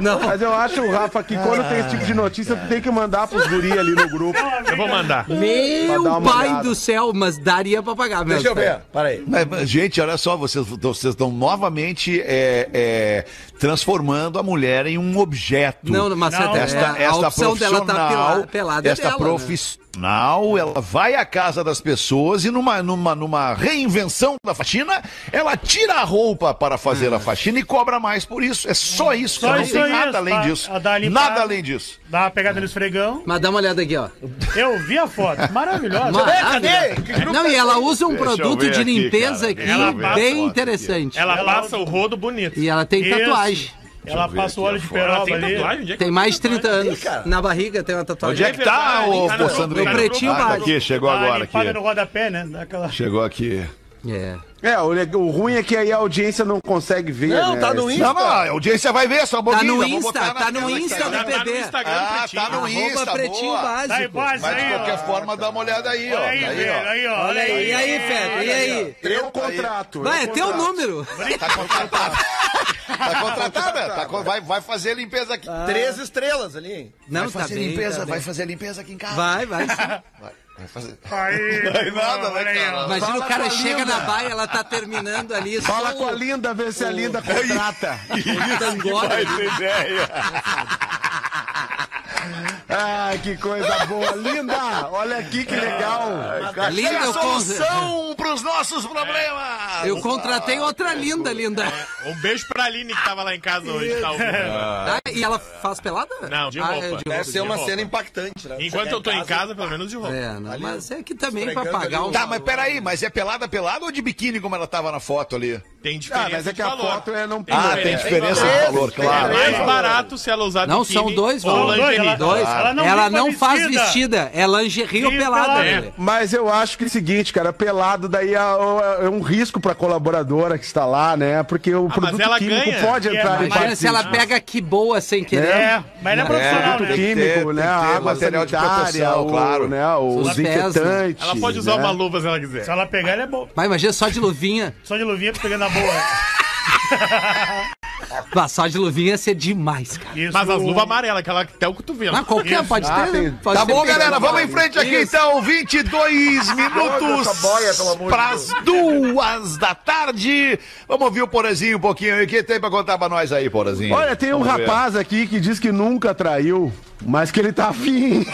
Speaker 5: Não,
Speaker 3: Mas eu acho, Rafa, que quando tem esse tipo de notícia, tu tem que mandar pros guri ali no grupo.
Speaker 7: Eu vou mandar.
Speaker 3: Pra dar
Speaker 5: meu
Speaker 3: uma
Speaker 5: pai
Speaker 3: olhada.
Speaker 5: do céu, mas daria pra pagar mesmo.
Speaker 6: Deixa eu ver. Para aí.
Speaker 4: Mas, mas, gente, olha só, vocês vocês estão novamente é, é, transformando a mulher em um objeto.
Speaker 5: Não, mas
Speaker 8: Não,
Speaker 5: é,
Speaker 4: Esta,
Speaker 5: a
Speaker 4: esta
Speaker 5: opção dela
Speaker 4: profissional,
Speaker 5: tá pela- pelada é
Speaker 4: esta
Speaker 5: dela, né?
Speaker 4: profissional, ela vai à casa das pessoas e numa, numa, numa reinvenção da faxina, ela tira a roupa para fazer a faxina e cobra mais por isso. É só isso,
Speaker 8: Ah. Só
Speaker 4: cara, não
Speaker 8: isso
Speaker 4: tem
Speaker 8: aí,
Speaker 4: nada além
Speaker 8: tá?
Speaker 4: disso.
Speaker 8: A dar limpada.
Speaker 4: Nada além disso.
Speaker 8: Dá uma pegada no esfregão.
Speaker 5: Mas dá uma olhada aqui, ó.
Speaker 8: Eu vi a foto. Maravilhosa.
Speaker 5: Maravilha. Não, e ela usa um
Speaker 4: é Deixa eu
Speaker 5: produto
Speaker 4: ver
Speaker 5: de
Speaker 4: aqui,
Speaker 5: limpeza
Speaker 4: cara.
Speaker 5: aqui,
Speaker 8: Ela passa
Speaker 4: a
Speaker 5: bem
Speaker 4: foto
Speaker 5: interessante.
Speaker 7: Ela passa o rodo bonito.
Speaker 5: E ela tem
Speaker 8: Isso.
Speaker 5: tatuagem.
Speaker 8: Ela
Speaker 4: ver
Speaker 8: passa o
Speaker 4: aqui
Speaker 8: óleo
Speaker 4: a
Speaker 8: de
Speaker 4: foto.
Speaker 8: peroba
Speaker 7: Ela tem
Speaker 8: ali.
Speaker 7: tatuagem? Onde é que
Speaker 5: Tem mais de 30 anos.
Speaker 6: cara.
Speaker 5: Na barriga tem uma tatuagem.
Speaker 4: Onde é que tá,
Speaker 7: verdade,
Speaker 4: ô
Speaker 7: tá no
Speaker 4: Sandrinho?
Speaker 5: grupo, tá no Pretinho
Speaker 4: Ah, tá
Speaker 5: Básico.
Speaker 4: aqui, chegou
Speaker 8: Dá uma
Speaker 4: agora aqui.
Speaker 8: limpada no rodapé, né? Dá aquela-
Speaker 4: Chegou aqui.
Speaker 5: É.
Speaker 3: É, o, le- o ruim é que aí a audiência não consegue ver.
Speaker 6: Não,
Speaker 3: né?
Speaker 6: tá no
Speaker 3: Esse-
Speaker 6: Insta.
Speaker 4: Não, não, a audiência vai ver só um
Speaker 5: Tá
Speaker 4: pouquinho.
Speaker 5: no
Speaker 4: já vou
Speaker 5: Insta,
Speaker 4: botar na
Speaker 5: tá no
Speaker 4: tela aqui
Speaker 5: Insta do
Speaker 7: Tá lá no
Speaker 5: PB.
Speaker 7: Instagram do
Speaker 4: Ah,
Speaker 7: Pretinho.
Speaker 4: tá no Insta,
Speaker 5: Arroba pretinho
Speaker 4: boa.
Speaker 5: básico.
Speaker 8: Tá aí, base
Speaker 4: Mas de
Speaker 8: aí,
Speaker 4: qualquer
Speaker 8: ó.
Speaker 4: forma, dá uma olhada aí, ó.
Speaker 8: Olha aí,
Speaker 4: Aí,
Speaker 8: velho.
Speaker 4: ó.
Speaker 8: Aí, ó. Olha
Speaker 5: E
Speaker 8: aí.
Speaker 5: aí, Fede? E aí?
Speaker 3: Eu contrato.
Speaker 5: Vai,
Speaker 3: eu
Speaker 5: é teu
Speaker 3: contrato.
Speaker 5: número.
Speaker 4: Tá contratada. Tá contratada. Tá co- vai, vai fazer a limpeza aqui.
Speaker 6: Três estrelas ali. hein?
Speaker 5: Não,
Speaker 4: vai
Speaker 5: tá
Speaker 4: fazer
Speaker 5: bem,
Speaker 4: limpeza,
Speaker 5: tá bem.
Speaker 4: vai fazer a limpeza aqui em casa.
Speaker 5: Vai, vai. sim.
Speaker 4: Vai fazer.
Speaker 8: Aí,
Speaker 4: Vai nada, né,
Speaker 8: olha aí, ó.
Speaker 4: cara?
Speaker 5: Imagina o cara
Speaker 3: com a
Speaker 5: chega
Speaker 3: Linda.
Speaker 5: na baia, ela tá terminando ali.
Speaker 3: Fala
Speaker 5: só um
Speaker 3: com a
Speaker 5: o-
Speaker 3: Linda, vê se a Linda contrata.
Speaker 5: o tangora.
Speaker 4: Vai ter ideia.
Speaker 3: Ah, que coisa boa, linda! Olha aqui que legal!
Speaker 4: Linda
Speaker 5: Linda,
Speaker 4: a
Speaker 5: eu
Speaker 4: solução para os nossos problemas.
Speaker 5: Eu contratei outra linda, linda.
Speaker 7: Um beijo pra Aline que tava lá em casa hoje, tá
Speaker 8: É.
Speaker 7: ouvindo?
Speaker 5: Ah, e ela faz pelada?
Speaker 7: Não, de
Speaker 5: Ah,
Speaker 7: roupa.
Speaker 5: é,
Speaker 6: Deve ser uma
Speaker 7: De
Speaker 6: cena impactante, né?
Speaker 7: Enquanto eu tô em casa, pelo menos de roupa.
Speaker 5: É, não,
Speaker 6: Ali,
Speaker 5: mas é que também pra
Speaker 6: esfregando
Speaker 5: pagar
Speaker 6: ali
Speaker 5: um...
Speaker 6: o-
Speaker 4: Tá, mas peraí, mas é pelada, pelada ou de biquíni como ela tava na foto ali?
Speaker 7: Tem diferença
Speaker 3: Ah, mas é que
Speaker 7: de
Speaker 3: a
Speaker 7: valor.
Speaker 3: foto é não
Speaker 4: Ah,
Speaker 3: pula.
Speaker 4: tem diferença de valor,
Speaker 7: É
Speaker 4: claro.
Speaker 7: mais barato se ela usar
Speaker 5: Não,
Speaker 7: biquíni
Speaker 5: são dois
Speaker 7: ou
Speaker 5: valores.
Speaker 7: lingerie.
Speaker 8: Ela-
Speaker 5: Dois.
Speaker 8: Ela
Speaker 5: Ela
Speaker 8: não
Speaker 5: não,
Speaker 8: limpa
Speaker 5: faz
Speaker 8: vestida.
Speaker 5: vestida, é lingerie ou
Speaker 8: Sim,
Speaker 5: pelada.
Speaker 8: pelada.
Speaker 5: velho.
Speaker 3: Mas eu acho que é o seguinte, cara, pelado daí é, é um risco pra colaboradora que está lá, né? Porque
Speaker 4: Ah,
Speaker 3: o
Speaker 7: mas
Speaker 3: produto
Speaker 7: ela
Speaker 3: químico
Speaker 7: ganha.
Speaker 3: pode
Speaker 8: É,
Speaker 3: entrar em
Speaker 5: Imagina
Speaker 3: parte
Speaker 5: se ela
Speaker 3: disso.
Speaker 5: pega que boa sem querer.
Speaker 8: É, mas ele é profissional,
Speaker 3: produto
Speaker 4: que
Speaker 8: né?
Speaker 4: ter,
Speaker 3: químico,
Speaker 4: tem
Speaker 3: né?
Speaker 4: que
Speaker 3: A
Speaker 4: ter
Speaker 3: água
Speaker 4: material de
Speaker 3: sanitária,
Speaker 4: proteção,
Speaker 3: o,
Speaker 4: claro.
Speaker 3: né? O
Speaker 5: Os pés, né?
Speaker 3: desinfetante.
Speaker 7: Ela pode usar
Speaker 3: né?
Speaker 7: uma luva se ela quiser.
Speaker 8: Se ela pegar, ele é bom.
Speaker 5: Mas imagina só de luvinha.
Speaker 8: Só de luvinha pegando a boa.
Speaker 5: Bah, só de luvinha ia ser demais, cara.
Speaker 8: Isso.
Speaker 7: Mas as luvas amarelas, aquela até o cotovelo.
Speaker 5: Mas qualquer um
Speaker 8: Isso.
Speaker 5: pode
Speaker 3: Ah,
Speaker 5: ter. né?
Speaker 3: tem-
Speaker 5: pode
Speaker 4: Tá
Speaker 5: ter
Speaker 4: bom,
Speaker 5: pegado
Speaker 4: galera,
Speaker 5: uma
Speaker 4: vamos em
Speaker 5: boa.
Speaker 4: frente aqui então, <laughs> 22 minutos para as duas da tarde. Vamos ouvir o Porazinho um pouquinho aí, o que tem pra contar pra nós aí, Porazinho?
Speaker 3: Olha, tem um
Speaker 4: Vamos ver.
Speaker 3: rapaz aqui que diz que nunca traiu, mas que ele tá
Speaker 4: <laughs>
Speaker 3: afim.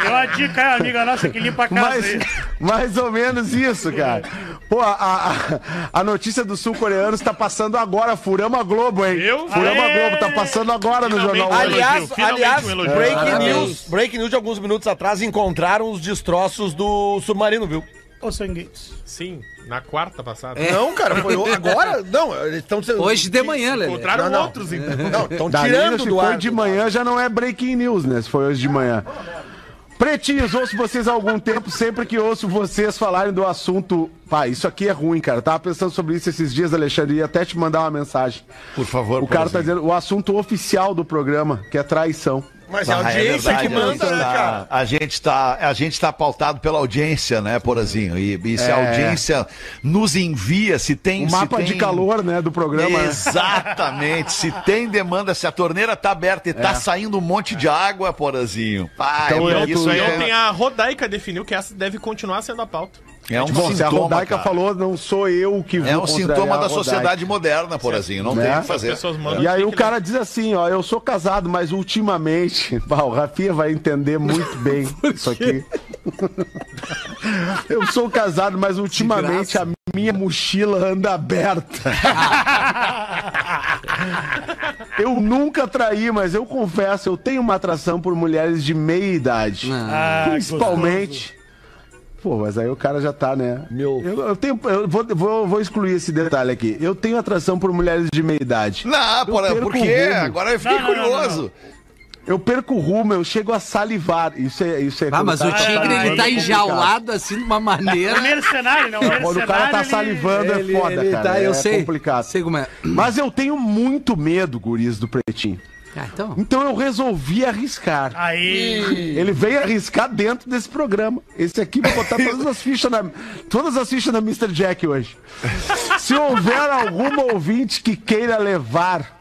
Speaker 8: Tem uma dica aí, amiga nossa, que limpa a casa
Speaker 3: Mais,
Speaker 8: aí.
Speaker 3: mais ou menos isso, cara. Pô, a, a, a notícia dos sul-coreanos tá passando agora. Furama Globo, hein?
Speaker 7: Viu?
Speaker 3: Furama
Speaker 7: Aê!
Speaker 3: Globo, tá passando agora no
Speaker 7: Finalmente.
Speaker 3: Jornal
Speaker 7: Olha,
Speaker 3: Hoje.
Speaker 6: Aliás,
Speaker 7: elogio, finalmente
Speaker 6: aliás
Speaker 7: um elogio.
Speaker 6: break,
Speaker 5: Parabéns.
Speaker 6: news, break news de alguns minutos atrás encontraram os destroços do submarino, viu?
Speaker 8: Ô, sangueiros.
Speaker 7: Sim, na quarta passada.
Speaker 5: É.
Speaker 6: Não, cara, foi o- agora? Não, eles estão
Speaker 5: Hoje de manhã, Lelê.
Speaker 7: Encontraram
Speaker 6: Não, não.
Speaker 7: outros, então.
Speaker 6: Não, estão
Speaker 3: Daí,
Speaker 6: tirando
Speaker 3: né, se
Speaker 6: do
Speaker 3: foi
Speaker 6: ar.
Speaker 3: de manhã, já não é breaking news, né? Se foi hoje de manhã. Pretinhos, ouço vocês há algum tempo, sempre que ouço vocês falarem do assunto. Pá, isso aqui é ruim, cara. Eu tava pensando sobre isso esses dias, Alexandre, e até te mandar uma mensagem.
Speaker 4: Por favor, assim.
Speaker 3: O cara tá
Speaker 4: Porazinho.
Speaker 3: dizendo o assunto oficial do programa, que é traição.
Speaker 6: Mas é a
Speaker 4: Ah, é
Speaker 6: audiência
Speaker 4: verdade,
Speaker 6: que manda,
Speaker 4: a gente
Speaker 6: né,
Speaker 4: tá-
Speaker 6: cara?
Speaker 4: A gente tá, a gente tá pautado pela audiência, né, Porazinho? E, e se a
Speaker 3: É.
Speaker 4: audiência nos envia, se tem...
Speaker 3: O
Speaker 4: se
Speaker 3: mapa
Speaker 4: tem-
Speaker 3: de calor, né, do programa. né?
Speaker 4: Exatamente. Se tem demanda, se a torneira tá aberta e tá saindo um monte de água, Porazinho. Pai,
Speaker 3: É. Então,
Speaker 4: é,
Speaker 3: eu-
Speaker 4: isso aí
Speaker 7: Ontem
Speaker 4: é,
Speaker 7: a Rodaica definiu que essa deve continuar sendo a pauta.
Speaker 4: é um
Speaker 3: Bom, se a
Speaker 4: sintoma,
Speaker 3: Rodaica
Speaker 4: cara.
Speaker 3: falou, não sou eu que vou
Speaker 4: É um
Speaker 3: contrariar
Speaker 4: sintoma
Speaker 3: a
Speaker 4: da
Speaker 3: Rodaica.
Speaker 4: sociedade moderna, Porazinho. Não tem o
Speaker 3: Né?
Speaker 4: que fazer.
Speaker 7: As pessoas mandam
Speaker 3: E aí
Speaker 7: tem
Speaker 3: o
Speaker 7: que
Speaker 3: cara diz assim, ó, eu sou casado, mas ultimamente, <laughs> Bah, o Rafinha vai entender muito bem isso aqui. eu sou casado, mas ultimamente a minha mochila anda aberta. eu nunca traí, mas eu confesso, eu tenho uma atração por mulheres de meia idade.
Speaker 8: Ah,
Speaker 3: Principalmente. Pô, mas aí o cara já tá, né?
Speaker 6: Meu.
Speaker 3: Eu, eu tenho. Eu vou, vou, vou excluir esse detalhe aqui. Eu tenho atração por mulheres de meia idade.
Speaker 4: Não, Pora,
Speaker 3: perco
Speaker 4: por
Speaker 3: o
Speaker 4: quê?
Speaker 3: rumo.
Speaker 4: Agora eu fiquei
Speaker 8: Não, não, não,
Speaker 4: curioso.
Speaker 3: Eu perco o rumo, eu chego a salivar. Isso é. Isso é
Speaker 5: Ah,
Speaker 3: quando
Speaker 5: mas o
Speaker 3: cara
Speaker 5: tigre ele
Speaker 3: salivando
Speaker 5: tá
Speaker 3: é complicado.
Speaker 5: enjaulado assim de uma
Speaker 8: O
Speaker 5: maneira.
Speaker 8: mercenário, né? O mercenário,
Speaker 3: Quando o cara tá
Speaker 8: ele-
Speaker 3: salivando é foda,
Speaker 5: ele
Speaker 3: cara.
Speaker 5: tá,
Speaker 3: é
Speaker 5: eu sei.
Speaker 3: complicado.
Speaker 5: Sei como é.
Speaker 3: Mas eu tenho muito medo, guris, do pretinho.
Speaker 5: Ah, então.
Speaker 3: Então eu resolvi arriscar.
Speaker 8: Aí.
Speaker 3: Ele veio arriscar dentro desse programa. Esse aqui vai botar todas as fichas na, todas as fichas na Mr. Jack hoje. Se houver alguma ouvinte que queira levar,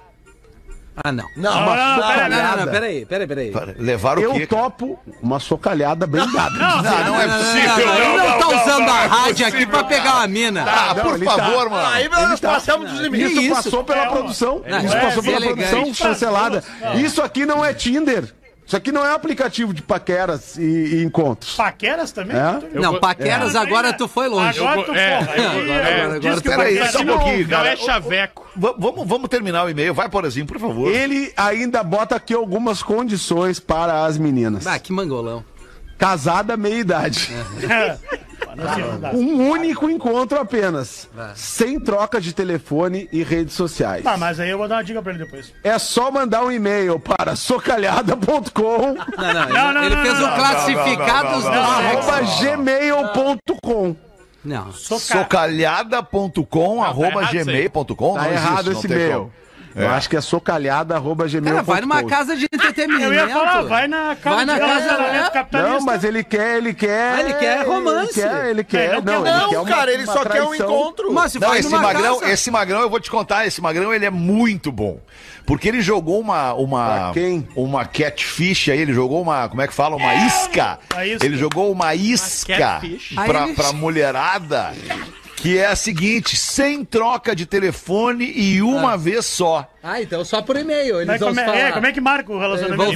Speaker 5: Ah, não.
Speaker 6: Não,
Speaker 8: Não, não, não,
Speaker 5: Não,
Speaker 8: pera,
Speaker 5: não,
Speaker 3: Nada.
Speaker 5: não, peraí, peraí, peraí.
Speaker 4: Para, Levaram o
Speaker 3: eu
Speaker 4: quê? cara?
Speaker 3: topo uma socalhada bem dada.
Speaker 8: <laughs> não,
Speaker 4: Ah, não é
Speaker 5: Não,
Speaker 4: possível.
Speaker 5: não, ele não tá
Speaker 4: não,
Speaker 5: usando
Speaker 4: não,
Speaker 5: a
Speaker 4: não é
Speaker 5: rádio aqui
Speaker 4: possível,
Speaker 5: pra pegar uma mina. tá-
Speaker 4: Ah,
Speaker 3: Não,
Speaker 4: por
Speaker 3: ele tá-
Speaker 4: favor, mano.
Speaker 6: Aí
Speaker 5: é
Speaker 6: nós passamos dos limites.
Speaker 3: Isso,
Speaker 5: isso,
Speaker 3: passou pela
Speaker 8: é, ó.
Speaker 3: produção.
Speaker 5: Não,
Speaker 3: isso
Speaker 5: é
Speaker 3: passou pela
Speaker 5: deselegante.
Speaker 3: produção chancelada. Isso aqui não é Tinder. Isso aqui não é aplicativo de paqueras e, e encontros.
Speaker 8: Paqueras também?
Speaker 3: É?
Speaker 8: Tudo bem.
Speaker 5: Não, paqueras agora tu foi longe.
Speaker 8: Agora tu
Speaker 7: É,
Speaker 8: foi.
Speaker 5: agora-
Speaker 8: Aí, é,
Speaker 5: agora-
Speaker 8: diz
Speaker 5: agora-
Speaker 8: que o
Speaker 5: pera
Speaker 4: aí,
Speaker 8: paquera
Speaker 4: só um
Speaker 8: não
Speaker 4: pouquinho,
Speaker 8: ouve.
Speaker 7: Não
Speaker 4: cara.
Speaker 7: é chaveco.
Speaker 4: V- Vamos, vamos terminar o e-mail. Vai, Porazinho, por favor.
Speaker 3: Ele ainda bota aqui algumas condições para as meninas.
Speaker 5: Ah, que mangolão.
Speaker 3: Casada meia idade.
Speaker 8: Não se não dá.
Speaker 3: Um único encontro apenas. Sem troca de telefone e redes sociais.
Speaker 8: Tá, mas aí eu vou dar uma dica pra ele depois.
Speaker 3: É só mandar um e-mail para socalhada.com
Speaker 5: Não, é não, ele-
Speaker 8: Não, não,
Speaker 5: ele
Speaker 8: não,
Speaker 5: fez
Speaker 8: não,
Speaker 5: um
Speaker 8: não,
Speaker 5: classificados do sexo.
Speaker 3: arroba gmail.com.
Speaker 5: Não.
Speaker 8: Socar.
Speaker 4: Socalhada.com, arroba
Speaker 7: errado isso aí.
Speaker 4: gmail.com.
Speaker 3: Tá
Speaker 4: não
Speaker 3: errado
Speaker 4: existe, não
Speaker 3: esse
Speaker 4: tem
Speaker 3: e-mail.
Speaker 4: como.
Speaker 3: Eu acho que é socalhada.gmail.com.
Speaker 5: Cara, vai numa casa de entretenimento.
Speaker 8: Eu ia falar, vai na casa
Speaker 5: Vai na
Speaker 8: de
Speaker 5: casa,
Speaker 8: relacionamento
Speaker 5: né?
Speaker 8: capitalista.
Speaker 3: Não, mas ele quer, ele quer.
Speaker 5: Ah, ele quer romance. É,
Speaker 3: Ele quer, ele quer.
Speaker 8: Ele
Speaker 3: não,
Speaker 8: não quer-
Speaker 3: ele quer
Speaker 6: Não,
Speaker 3: uma-
Speaker 6: cara, ele
Speaker 3: uma
Speaker 6: só quer um
Speaker 3: traição.
Speaker 6: encontro.
Speaker 5: Mas se
Speaker 4: Não,
Speaker 5: vai
Speaker 4: esse
Speaker 5: numa
Speaker 4: magrão,
Speaker 5: casa-
Speaker 4: esse magrão, eu vou te contar, esse magrão ele é muito bom. Porque ele jogou uma uma
Speaker 3: Pra quem?
Speaker 4: uma catfish aí, ele jjogou uma, como é que fala, uma isca.
Speaker 8: Uma isca.
Speaker 4: Ele jogou uma isca
Speaker 7: catfish.
Speaker 5: Aí
Speaker 4: pra,
Speaker 5: ele-
Speaker 4: pra mulherada que é a seguinte: sem troca de telefone e uma vez só.
Speaker 5: Ah, então só por e-mail. Eles
Speaker 8: Mas
Speaker 5: vão
Speaker 8: como,
Speaker 5: se
Speaker 8: é,
Speaker 5: falar.
Speaker 8: é, como é que marca o relacionamento?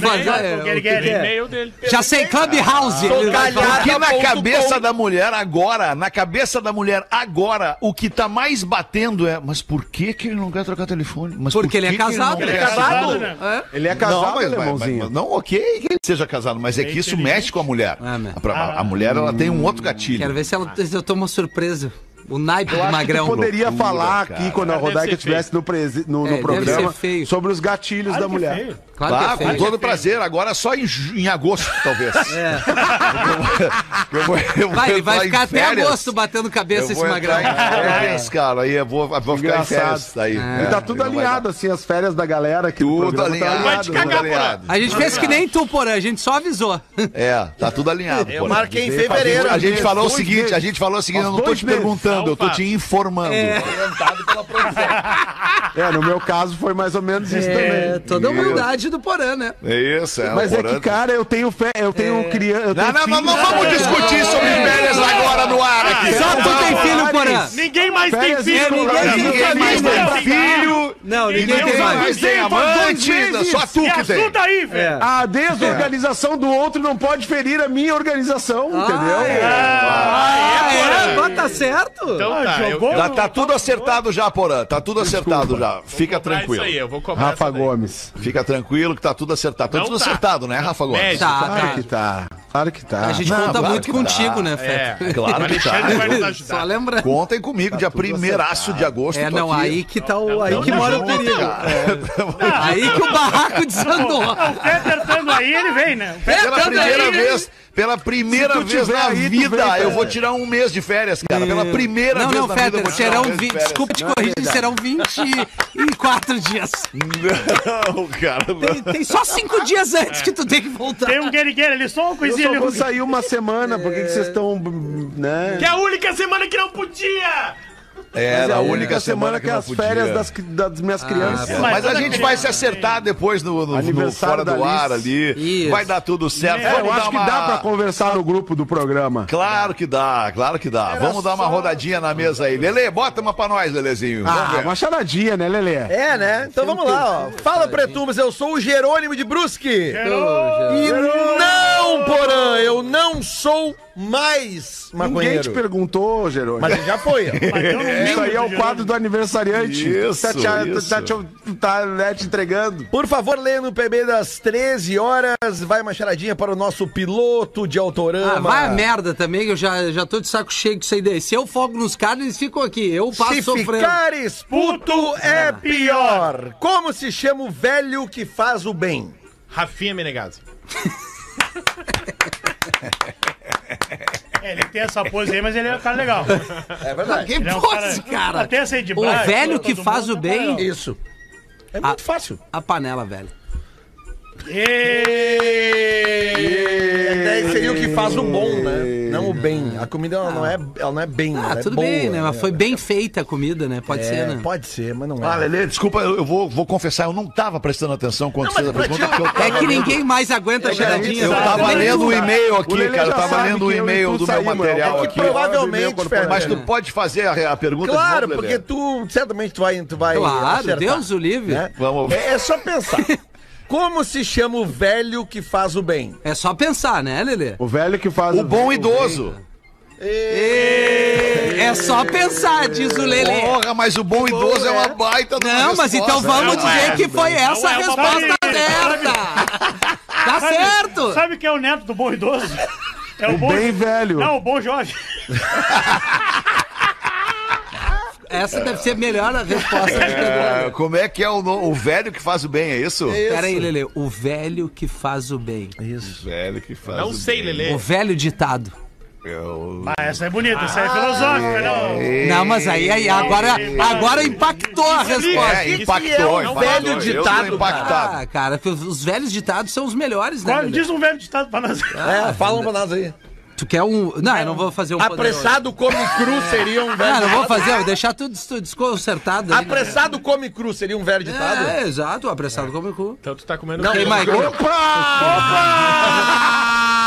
Speaker 5: Vamos fazer, é,
Speaker 8: o que ele
Speaker 5: o que que
Speaker 8: quer.
Speaker 5: é?
Speaker 7: E-mail dele.
Speaker 5: Já sei, Clubhouse. Ele vai falar.
Speaker 4: Porque na cabeça da mulher agora, na cabeça da mulher agora, o que tá mais batendo é, mas por que que ele não quer trocar telefone? Mas por
Speaker 5: Porque ele é
Speaker 4: que que
Speaker 5: casado.
Speaker 4: não
Speaker 8: Ele é
Speaker 4: quer
Speaker 8: casado,
Speaker 4: trocar?
Speaker 8: né?
Speaker 3: Ele é casado,
Speaker 4: não, mas, mas-
Speaker 3: alemãozinho.
Speaker 4: mas- não, ok que ele seja casado, mas é que isso mexe com a mulher.
Speaker 5: Ah, né.
Speaker 4: Pra- a, a mulher, ela tem um outro gatilho.
Speaker 5: Quero ver se, ela, se eu tomo uma surpresa. O naipe do
Speaker 3: Acho que tu
Speaker 5: magrão.
Speaker 3: poderia
Speaker 4: Loucura,
Speaker 3: falar
Speaker 4: cara. É,
Speaker 3: aqui quando a
Speaker 7: Mas deve
Speaker 3: Rodaica
Speaker 7: ser
Speaker 3: estivesse no, presi- no,
Speaker 5: É,
Speaker 3: no
Speaker 5: deve
Speaker 3: programa
Speaker 5: ser feio.
Speaker 3: sobre os gatilhos da mulher.
Speaker 5: Claro
Speaker 4: Tá,
Speaker 5: que é
Speaker 4: com
Speaker 5: feio.
Speaker 4: todo prazer, agora só em, ju- em agosto,
Speaker 5: <laughs>
Speaker 4: talvez. <laughs> Eu vou- eu vou
Speaker 5: É. Vai, ele
Speaker 4: entrar
Speaker 5: vai
Speaker 4: em
Speaker 5: ficar até
Speaker 4: férias.
Speaker 5: agosto batando
Speaker 4: Eu
Speaker 5: cabeça esse
Speaker 4: vou
Speaker 5: magrão. É.
Speaker 4: entrar em férias, cara, aí eu vou, vou ficar em
Speaker 3: Engraçado.
Speaker 4: férias. Aí,
Speaker 3: E tá tudo alinhado, assim, as férias da galera aqui do
Speaker 4: é. Tudo
Speaker 3: programa
Speaker 4: alinhado.
Speaker 3: tá
Speaker 4: tudo
Speaker 3: alinhado. né?
Speaker 4: alinhado.
Speaker 5: A gente fez que nem tu, Porã, a gente só avisou.
Speaker 4: É, tá tudo alinhado.
Speaker 6: Eu
Speaker 4: pô.
Speaker 6: marquei em
Speaker 4: A
Speaker 6: fevereiro. né?
Speaker 4: gente- a gente falou o
Speaker 3: Dois
Speaker 4: seguinte,
Speaker 3: meses.
Speaker 4: a gente falou o seguinte, eu não tô
Speaker 3: dois
Speaker 4: te
Speaker 3: meses.
Speaker 4: perguntando, eu tô
Speaker 7: Alfa.
Speaker 4: te informando.
Speaker 3: É, no meu caso foi mais ou menos isso
Speaker 5: É,
Speaker 3: também.
Speaker 5: toda a humildade do Porã, né?
Speaker 4: É isso, é.
Speaker 3: Mas
Speaker 4: o
Speaker 3: é que,
Speaker 4: Porã-
Speaker 3: cara, eu tenho fé, eu
Speaker 5: É.
Speaker 3: tenho criança.
Speaker 4: Não, não, não, não vamos discutir sobre férias agora no ar aqui.
Speaker 5: Só tu tem filho, Porã.
Speaker 8: Ah, Ninguém mais tem
Speaker 3: Férias
Speaker 8: filho.
Speaker 5: com
Speaker 8: no
Speaker 5: ninguém
Speaker 8: Brasil.
Speaker 5: tem
Speaker 4: Ninguém mais tem filho,
Speaker 5: Não, ninguém
Speaker 8: Ninguém
Speaker 5: tem
Speaker 8: vai.
Speaker 5: mais. É.
Speaker 4: mas tem amante, só tu
Speaker 8: Me
Speaker 4: que tem.
Speaker 8: assunta aí, velho.
Speaker 4: Ah,
Speaker 3: A desorganização do outro não pode ferir a minha organização,
Speaker 4: Ah,
Speaker 3: entendeu?
Speaker 5: Ah, é? Mas é? tá certo?
Speaker 7: Então
Speaker 8: Ah,
Speaker 7: tá, eu-
Speaker 8: jogou
Speaker 7: eu,
Speaker 4: Tá, tá tudo acertado já, Porã. Tá tudo acertado já. Fica
Speaker 7: Tá,
Speaker 4: tranquilo.
Speaker 7: Isso aí, eu vou cobrar.
Speaker 3: Rafa
Speaker 7: essa daí.
Speaker 3: Gomes.
Speaker 4: Fica tranquilo que tá tudo acertado. Tá
Speaker 7: Não
Speaker 4: tudo
Speaker 7: tá.
Speaker 4: acertado, né, Rafa Gomes?
Speaker 7: Médio.
Speaker 5: Tá,
Speaker 3: Claro
Speaker 5: tá.
Speaker 3: que tá. Claro que tá.
Speaker 5: A gente
Speaker 4: Não,
Speaker 5: conta
Speaker 4: claro
Speaker 5: muito
Speaker 4: que
Speaker 5: contigo,
Speaker 4: dá.
Speaker 5: né,
Speaker 7: É,
Speaker 5: Fê?
Speaker 4: Claro que tá.
Speaker 7: Alexandre vai nos
Speaker 5: Só
Speaker 7: ajudar.
Speaker 5: lembrar.
Speaker 4: Contem comigo, dia
Speaker 3: tudo
Speaker 4: primeiraço de agosto.
Speaker 5: É,
Speaker 4: tô
Speaker 5: não,
Speaker 4: aqui.
Speaker 5: aí que tá o. Aí que
Speaker 7: não,
Speaker 5: mora o
Speaker 7: não,
Speaker 5: perigo.
Speaker 4: <laughs>
Speaker 5: É. Aí que o barraco desandou.
Speaker 8: O Fé apertando aí, ele vem, né? O Fé
Speaker 4: Pela
Speaker 5: Tentando
Speaker 4: primeira
Speaker 5: aí,
Speaker 4: vez, pela primeira
Speaker 3: Se tu
Speaker 4: vez
Speaker 3: tiver
Speaker 4: na
Speaker 3: aí, tu vem,
Speaker 4: vida,
Speaker 3: cara.
Speaker 4: eu vou tirar um mês de férias, cara. Pela primeira
Speaker 5: Não,
Speaker 4: vez
Speaker 5: não,
Speaker 4: na vida, eu
Speaker 5: Fetter,
Speaker 4: vou tirar
Speaker 5: serão
Speaker 4: um mês de
Speaker 5: 20.
Speaker 4: férias.
Speaker 5: Desculpa te corrigir, serão 24 dias.
Speaker 4: Não, cara, não.
Speaker 5: Tem, tem só 5 dias antes que tu tem que voltar.
Speaker 8: Tem um que ele quer, ele só uma
Speaker 3: Eu
Speaker 8: coisinha
Speaker 3: só
Speaker 8: ali. um
Speaker 3: vou sair uma semana, por que que vocês estão. Né?
Speaker 7: Que é a única semana que não podia!
Speaker 4: Era a
Speaker 3: É
Speaker 4: única semana que,
Speaker 3: é
Speaker 4: não
Speaker 3: as férias
Speaker 4: podia.
Speaker 3: das, das minhas crianças.
Speaker 4: É, Mas a
Speaker 8: toda
Speaker 4: gente
Speaker 8: criança
Speaker 4: vai se acertar depois no, no- no
Speaker 3: Aniversário
Speaker 4: fora do
Speaker 3: da
Speaker 4: ar ali.
Speaker 5: Isso.
Speaker 4: Vai dar tudo certo.
Speaker 3: É,
Speaker 4: Vamos
Speaker 3: eu
Speaker 4: dar
Speaker 3: acho que
Speaker 4: uma-
Speaker 3: dá pra conversar no grupo do programa.
Speaker 4: Claro que dá, claro que dá. Vamos dar uma rodadinha na mesa aí. Lele, bota uma pra nós, Lelezinho. Vamos
Speaker 3: Ah,
Speaker 4: ver.
Speaker 3: uma charadinha, né, Lelê?
Speaker 6: É, né? Então vamos lá, ó. Fala, Pretumbas, eu sou o Jerônimo de Brusque.
Speaker 8: É,
Speaker 6: E não, Porã, eu não sou
Speaker 3: Ninguém
Speaker 6: mais
Speaker 3: te
Speaker 6: maconheiro.
Speaker 3: perguntou, Jerônimo.
Speaker 6: Mas ele já foi. ó.
Speaker 8: um
Speaker 3: isso aí é o quadro do aniversariante.
Speaker 4: Isso,
Speaker 3: Tá te,
Speaker 4: isso.
Speaker 3: Tá, te, tá, né, te entregando.
Speaker 6: Por favor, leia no PB das 13 horas. Vai uma charadinha para o nosso piloto de autorama.
Speaker 5: Ah, vai a merda também, que eu já, já tô de saco cheio disso aí. daí. Se eu fogo nos caras, eles ficam aqui. Eu passo
Speaker 6: Se
Speaker 5: sofrendo.
Speaker 6: ficares puto é pior. Como se chama o velho que faz o bem?
Speaker 7: Rafinha Menegas.
Speaker 8: É, ele tem essa pose aí, mas ele é um cara legal.
Speaker 6: É verdade.
Speaker 5: Que
Speaker 8: Ele é um
Speaker 5: pose, cara.
Speaker 8: Até essa aí de
Speaker 5: O
Speaker 8: baixo,
Speaker 5: velho
Speaker 8: todo
Speaker 5: que
Speaker 8: mundo
Speaker 5: faz o
Speaker 8: tá
Speaker 5: bem.
Speaker 8: maior.
Speaker 6: Isso. É muito fácil.
Speaker 5: A panela, velho.
Speaker 6: Até seria o que faz o bom, né? Não o bem. A comida ela não é, ela não é bem,
Speaker 5: Ah,
Speaker 6: ela é
Speaker 5: tudo
Speaker 6: boa.
Speaker 5: bem, né? Mas foi bem feita a comida, né? Pode ser,
Speaker 6: É,
Speaker 5: né?
Speaker 6: pode ser, mas não
Speaker 4: Ah,
Speaker 6: é.
Speaker 4: Lele, desculpa, eu, eu vou, vou confessar, eu não tava prestando atenção quando você fez a pergunta. porque eu
Speaker 5: É
Speaker 4: tava
Speaker 5: que
Speaker 4: lendo-
Speaker 5: ninguém mais aguenta a cheiradinha.
Speaker 4: É, Eu
Speaker 5: sabe?
Speaker 4: tava
Speaker 5: Nem
Speaker 4: lendo
Speaker 5: tu.
Speaker 4: o e-mail
Speaker 3: O
Speaker 4: aqui,
Speaker 3: Lelê
Speaker 4: cara. Eu
Speaker 3: já
Speaker 4: tava
Speaker 3: sabe
Speaker 4: lendo o
Speaker 3: que eu e tu
Speaker 4: e-mail do meu
Speaker 3: saímos,
Speaker 4: material
Speaker 3: é
Speaker 4: aqui.
Speaker 3: que
Speaker 6: provavelmente,
Speaker 4: Mas tu
Speaker 6: Fernando.
Speaker 4: pode fazer a, a pergunta
Speaker 6: Claro,
Speaker 4: de novo,
Speaker 6: porque
Speaker 4: Lelê?
Speaker 6: tu certamente tu vai, tu vai
Speaker 5: Claro,
Speaker 6: acertar,
Speaker 5: Deus o livre.
Speaker 6: né?
Speaker 4: Vamos ver.
Speaker 6: É, é só
Speaker 5: <laughs>
Speaker 6: pensar. Como se chama o velho que faz o bem?
Speaker 5: É só pensar, né, Lelê?
Speaker 3: O velho que faz.
Speaker 4: O bom idoso.
Speaker 5: É só pensar, diz o Lelê.
Speaker 4: Porra, mas o bom idoso é uma baita do
Speaker 5: Não, mas então vamos
Speaker 7: Não é,
Speaker 5: dizer que foi essa a
Speaker 7: é uma
Speaker 5: resposta
Speaker 8: panela.
Speaker 5: certa. Tá certo.
Speaker 8: Sabe quem é o neto do bom idoso? É o, bom
Speaker 3: Bem velho.
Speaker 8: Não, o bom Jorge.
Speaker 5: Essa deve ser a melhor resposta de cada um.
Speaker 4: Como é que é o, no- o velho que faz o bem, é isso?
Speaker 5: Pera aí, Lelê. O velho que faz o bem.
Speaker 4: O velho que faz
Speaker 7: Não
Speaker 4: o
Speaker 7: sei,
Speaker 4: bem.
Speaker 7: Lelê.
Speaker 5: O velho ditado.
Speaker 4: Eu-
Speaker 8: Ah, essa é bonita, essa é filosófica,
Speaker 6: É.
Speaker 8: não.
Speaker 5: Não, mas aí, aí agora, agora impactou a resposta.
Speaker 4: É, tá. impactou,
Speaker 7: é um
Speaker 4: impactou.
Speaker 7: velho
Speaker 4: Eu tô
Speaker 6: ditado,
Speaker 4: impactado.
Speaker 5: Ah, cara, os velhos ditados são os melhores, né?
Speaker 8: Qual-
Speaker 5: Lelê?
Speaker 8: Diz um velho ditado pra nós.
Speaker 5: Ah,
Speaker 6: É, falam pra nós aí.
Speaker 5: Tu quer um. Não, eu não vou fazer um poderoso. Ah,
Speaker 6: Apressado come cru seria um velho.
Speaker 5: Não, eu não vou fazer, eu vou deixar tudo des- desconcertado. aí, né?
Speaker 6: Apressado come cru seria um velho ditado?
Speaker 5: É, exato, apressado como o cu.
Speaker 7: Então tu tá comendo
Speaker 6: Não,
Speaker 7: queijo.
Speaker 5: Tem mais.
Speaker 6: Opa!
Speaker 5: <laughs>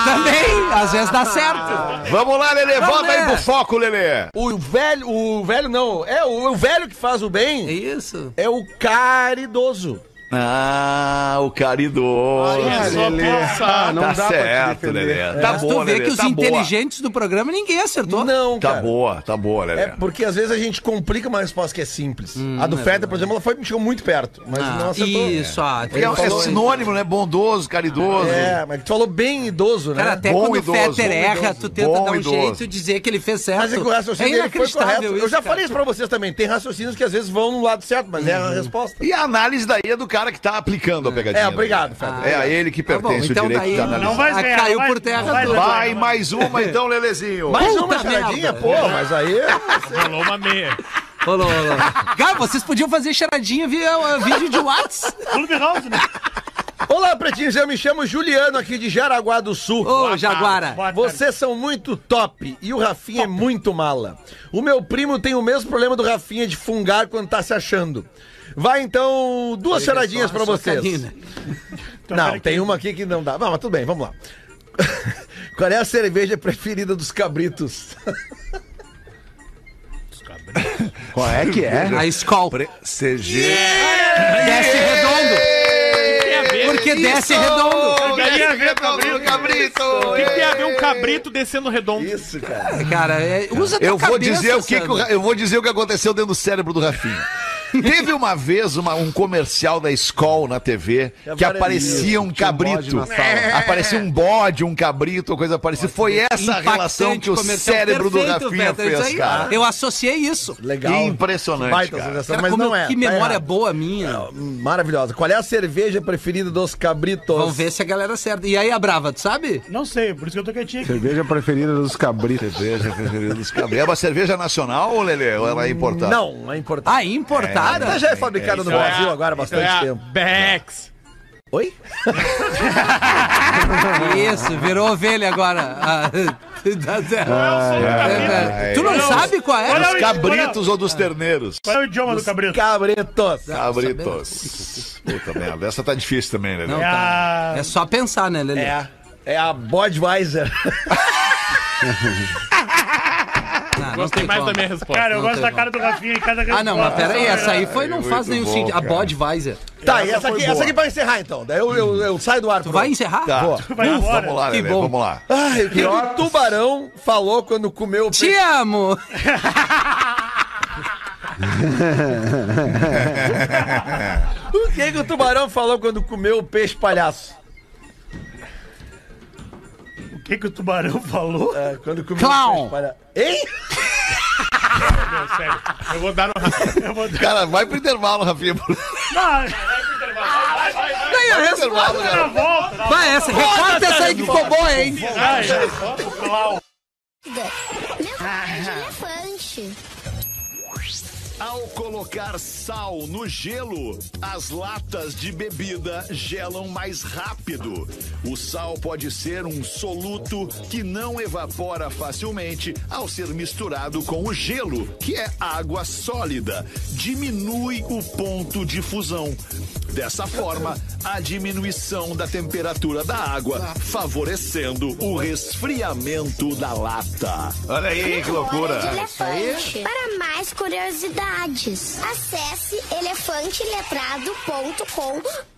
Speaker 5: Também, às vezes dá certo.
Speaker 4: Vamos lá, Lelê,
Speaker 5: Não,
Speaker 4: volta
Speaker 5: né?
Speaker 4: aí pro foco, Lelê.
Speaker 6: O velho, o velho não, é o, o velho que faz o
Speaker 5: É
Speaker 6: bem
Speaker 5: Isso.
Speaker 6: é o caridoso.
Speaker 4: Ah, o caridoso.
Speaker 7: Olha só,
Speaker 3: Lelê.
Speaker 7: pensar.
Speaker 3: Ah, não
Speaker 4: tá
Speaker 3: dá pra te
Speaker 4: certo,
Speaker 3: defender.
Speaker 4: Lelê. Tá
Speaker 5: Mas
Speaker 4: boa,
Speaker 5: tu vê
Speaker 4: Lelê,
Speaker 5: que os
Speaker 4: tá
Speaker 5: inteligentes do programa ninguém acertou.
Speaker 6: Não,
Speaker 4: boa. Tá
Speaker 6: cara.
Speaker 4: boa, tá boa, Lelê.
Speaker 6: É porque às vezes a gente complica uma resposta que é simples. a do
Speaker 5: é
Speaker 6: Feder, por exemplo, ela foi, chegou muito perto, mas não
Speaker 5: Ah,
Speaker 6: acertou.
Speaker 5: isso, ah,
Speaker 4: Porque é, é sinônimo, né? Bondoso, caridoso.
Speaker 6: É, mas tu falou bem idoso, né?
Speaker 5: Cara, até
Speaker 4: Bom
Speaker 5: quando
Speaker 4: idoso,
Speaker 5: o Fetter
Speaker 4: bom
Speaker 5: erra,
Speaker 4: idoso,
Speaker 5: tu tenta
Speaker 4: bom
Speaker 5: dar um
Speaker 4: idoso.
Speaker 5: jeito de dizer que ele fez certo.
Speaker 6: Mas é que o raciocínio dele foi correto. Eu já
Speaker 5: cara.
Speaker 6: falei isso pra vocês também. Tem raciocínios que às vezes vão no lado certo, mas é
Speaker 5: Uhum.
Speaker 6: a resposta.
Speaker 4: E a análise daí é do cara que tá aplicando a pegadinha.
Speaker 6: É, obrigado,
Speaker 4: Lelê.
Speaker 6: Fábio.
Speaker 4: É a ele que
Speaker 5: Tá bom,
Speaker 4: pertence
Speaker 5: então
Speaker 4: o direito
Speaker 5: daí
Speaker 4: de analisar.
Speaker 8: Não vai
Speaker 5: Ah,
Speaker 8: ganhar,
Speaker 5: caiu
Speaker 8: não
Speaker 5: por
Speaker 8: vai-
Speaker 5: terra
Speaker 8: não vai
Speaker 5: tudo.
Speaker 8: levar,
Speaker 4: Vai
Speaker 8: não
Speaker 4: mais uma então, Lelezinho.
Speaker 6: Mais
Speaker 5: Puta
Speaker 6: é uma charadinha,
Speaker 5: merda.
Speaker 6: pô, mas aí. é.
Speaker 7: Rolou uma meia.
Speaker 5: Rolou, rolou. Cara, vocês podiam fazer charadinha via uh, vídeo de Whats.
Speaker 8: Clubhouse, né?
Speaker 6: Olá, pretinhos, eu me chamo Juliano aqui de Jaraguá do Sul.
Speaker 5: Ô, Jaguara.
Speaker 8: Ah, Boa tarde.
Speaker 6: Vocês são muito top e o Rafinha é muito mala. O meu primo tem o mesmo problema do Rafinha de fungar quando tá se achando. Vai então duas charadinhas pra vocês.
Speaker 5: né?
Speaker 6: Não, tem uma aqui que não dá. Não, mas tudo bem, vamos lá. <laughs> Qual é a cerveja preferida dos cabritos?
Speaker 3: Qual é que é?
Speaker 5: A Skol.
Speaker 4: CG.
Speaker 5: Desce redondo.
Speaker 8: Tem a ver-
Speaker 5: Porque desce redondo.
Speaker 8: Tem a ver com a briga.
Speaker 7: O que tem a
Speaker 5: É.
Speaker 7: ver um cabrito descendo redondo?
Speaker 6: Isso, cara.
Speaker 5: Cara, é, usa tua
Speaker 4: Hum, Eu vou
Speaker 5: cabeça,
Speaker 4: dizer o que, que o
Speaker 5: Sandro.
Speaker 4: Ra- eu vou dizer o que aconteceu dentro do cérebro do
Speaker 7: <laughs>
Speaker 4: Rafinha. Teve uma vez uma- um comercial da Skol na
Speaker 5: É
Speaker 4: TV que
Speaker 6: várias
Speaker 4: aparecia um cabrito.
Speaker 3: na sala.
Speaker 4: aparecia um bode, um cabrito, uma coisa parecida. Foi essa a
Speaker 5: Impactante
Speaker 4: relação que o
Speaker 5: comercial.
Speaker 4: cérebro do
Speaker 5: Perfeito,
Speaker 4: Rafinha
Speaker 5: Fetter, isso
Speaker 4: fez,
Speaker 5: aí, Ah.
Speaker 4: cara.
Speaker 5: Eu associei isso.
Speaker 6: Legal.
Speaker 4: Impressionante,
Speaker 6: Baita
Speaker 4: cara.
Speaker 6: sensação,
Speaker 5: Cara,
Speaker 6: mas
Speaker 5: como
Speaker 6: não
Speaker 5: eu-
Speaker 6: é.
Speaker 5: que
Speaker 6: tá
Speaker 5: memória
Speaker 6: errado.
Speaker 5: boa minha.
Speaker 6: Maravilhosa. Qual é a cerveja preferida dos cabritos?
Speaker 5: Vamos ver se a galera acerta. E aí, a Brava, tu sabe?
Speaker 8: Não sei, por isso que eu tô quietinho aqui.
Speaker 3: Cerveja preferida dos cabritos.
Speaker 4: Cerveja preferida dos cabritos. É uma cerveja nacional, ou Lelê? Ou ela é importada?
Speaker 6: Não, é importante.
Speaker 5: Ah,
Speaker 4: tá
Speaker 5: importada?
Speaker 6: Ela já é fabricada no
Speaker 7: Então é a-
Speaker 6: Brasil agora há
Speaker 7: então
Speaker 6: bastante
Speaker 7: é a
Speaker 6: tempo.
Speaker 7: Bex.
Speaker 6: Oi?
Speaker 5: Isso, virou ovelha agora. Ah, <laughs> tá certo.
Speaker 7: Ah,
Speaker 8: Ai,
Speaker 5: É, é. tu não
Speaker 8: Não,
Speaker 5: sabe qual é?
Speaker 8: olha-
Speaker 4: Dos cabritos ou dos terneiros?
Speaker 8: Qual é o idioma do cabrito?
Speaker 6: Cabritos.
Speaker 4: Cabritos. Puta merda, essa tá difícil também, Lelê.
Speaker 5: Não,
Speaker 8: É
Speaker 5: tá.
Speaker 8: a-
Speaker 5: É só pensar, né, Lelê?
Speaker 6: É a, é a <laughs> Budweiser.
Speaker 5: Ah, não
Speaker 7: Gostei
Speaker 5: tem
Speaker 7: mais
Speaker 5: como.
Speaker 7: da minha resposta.
Speaker 8: Cara, eu
Speaker 5: Não tem
Speaker 8: gosto da cara do Rafinha em cada
Speaker 5: Ah, não, mas
Speaker 8: resposta.
Speaker 5: peraí, essa aí foi, não faz nenhum
Speaker 4: bom,
Speaker 5: sentido. A
Speaker 4: cara.
Speaker 5: Budweiser.
Speaker 6: tá, e essa aqui, essa aqui vai encerrar então. Daí eu, eu, eu saio do ar.
Speaker 5: Tu vai encerrar?
Speaker 4: Tá.
Speaker 6: Boa.
Speaker 8: Vai embora.
Speaker 4: Vamos lá,
Speaker 5: Que
Speaker 4: Lelê,
Speaker 5: bom.
Speaker 4: vamos lá.
Speaker 6: Ah, o que que o tubarão falou quando comeu o
Speaker 5: Te
Speaker 6: peixe?
Speaker 5: amo!
Speaker 6: O que, que o tubarão falou quando comeu o peixe palhaço?
Speaker 8: O que, que o tubarão falou?
Speaker 6: É, quando comeu
Speaker 5: Clown.
Speaker 6: o peixe palhaço. Hein?
Speaker 7: Não,
Speaker 8: É
Speaker 7: sério. Eu vou dar no Rafinha.
Speaker 8: Eu vou...
Speaker 4: Cara, vai pro intervalo, Rafinha. Pro
Speaker 8: <laughs> Não,
Speaker 5: Daí a resposta.
Speaker 4: intervalo, cara.
Speaker 8: na volta. na
Speaker 5: Vai, essa, recorta essa aí que ficou boa, hein?
Speaker 8: volta, o Clau.
Speaker 4: Ao colocar sal no gelo, as latas de bebida gelam mais rápido. O sal pode ser um soluto que não evapora facilmente ao ser misturado com o gelo, que é água sólida. Diminui o ponto de fusão. Dessa forma, a diminuição da temperatura da água, favorecendo o resfriamento da lata. Olha aí que loucura!
Speaker 11: Para mais curiosidades, acesse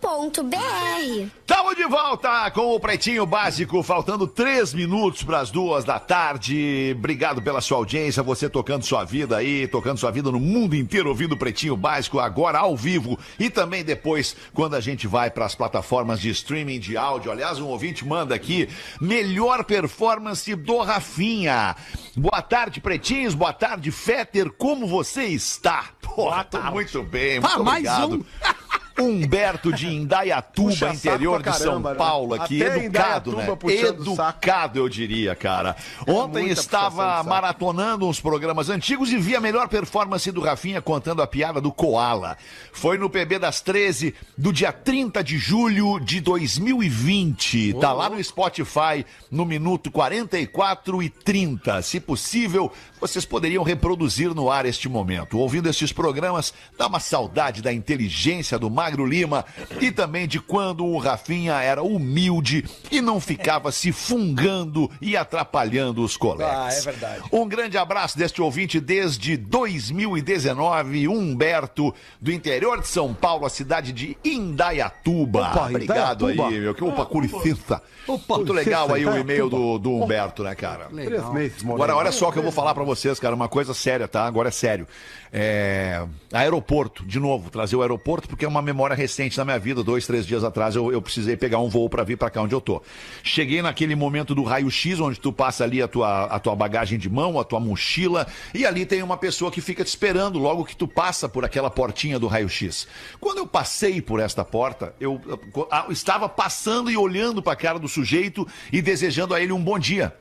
Speaker 11: elefanteletrado.com.br.
Speaker 4: Estamos de volta com o Pretinho Básico, faltando três minutos para as duas da tarde. Obrigado pela sua audiência, você tocando sua vida aí, tocando sua vida no mundo inteiro, ouvindo o Pretinho Básico agora ao vivo e também depois, quando a gente vai para as plataformas de streaming de áudio. Aliás, um ouvinte manda aqui, melhor performance do Rafinha. Boa tarde, Pretinhos, boa tarde, Fetter, como você está? Pô, tô muito bem, muito
Speaker 5: Ah, mais
Speaker 4: obrigado.
Speaker 5: um.
Speaker 4: Humberto de
Speaker 3: Puxa
Speaker 4: Indaiatuba,
Speaker 3: saco
Speaker 4: interior
Speaker 3: pra
Speaker 4: de São
Speaker 3: caramba, né?
Speaker 4: Paulo, aqui.
Speaker 3: Até
Speaker 4: educado, né?
Speaker 3: Indaiatuba puxando o saco. É
Speaker 4: Educado, eu diria, cara. Ontem
Speaker 3: muita puxação de
Speaker 4: estava
Speaker 3: saco.
Speaker 4: maratonando uns programas antigos e vi a melhor performance do Rafinha contando a piada do Koala. Foi no PB das 13, do dia 30 de julho de 2020. Tá lá no Spotify, no minuto 44 e 30. Se possível, vocês poderiam reproduzir no ar este momento. Ouvindo estes programas, dá uma saudade da inteligência do mais Magro Lima e também de quando o Rafinha era humilde e não ficava se fungando e atrapalhando os colegas.
Speaker 6: Ah, é verdade.
Speaker 4: Um grande abraço deste ouvinte desde 2019, Humberto, do interior de São Paulo, a cidade de Indaiatuba.
Speaker 3: Opa,
Speaker 4: Obrigado
Speaker 3: Indaiatuba.
Speaker 4: aí, meu. Que, opa, com licença. Muito
Speaker 3: com
Speaker 4: legal
Speaker 3: licença,
Speaker 4: aí o e-mail
Speaker 3: Indaiatuba.
Speaker 4: do, do Humberto, né, cara?
Speaker 3: Três meses, Moreno.
Speaker 4: Agora, olha só o que eu vou falar pra vocês, cara, uma coisa séria, tá? Agora é sério. É... Aeroporto, de novo, trazer o aeroporto, porque é uma memória recente da minha vida. Dois, três dias atrás eu, eu precisei pegar um voo pra vir pra cá onde eu tô. Cheguei naquele momento do raio-x, onde tu passa ali a tua, a tua bagagem de mão, a tua mochila, e ali tem uma pessoa que fica te esperando logo que tu passa por aquela portinha do raio-x. Quando eu passei por esta porta, eu, eu- eu estava passando e olhando pra cara do sujeito e desejando a ele um bom dia.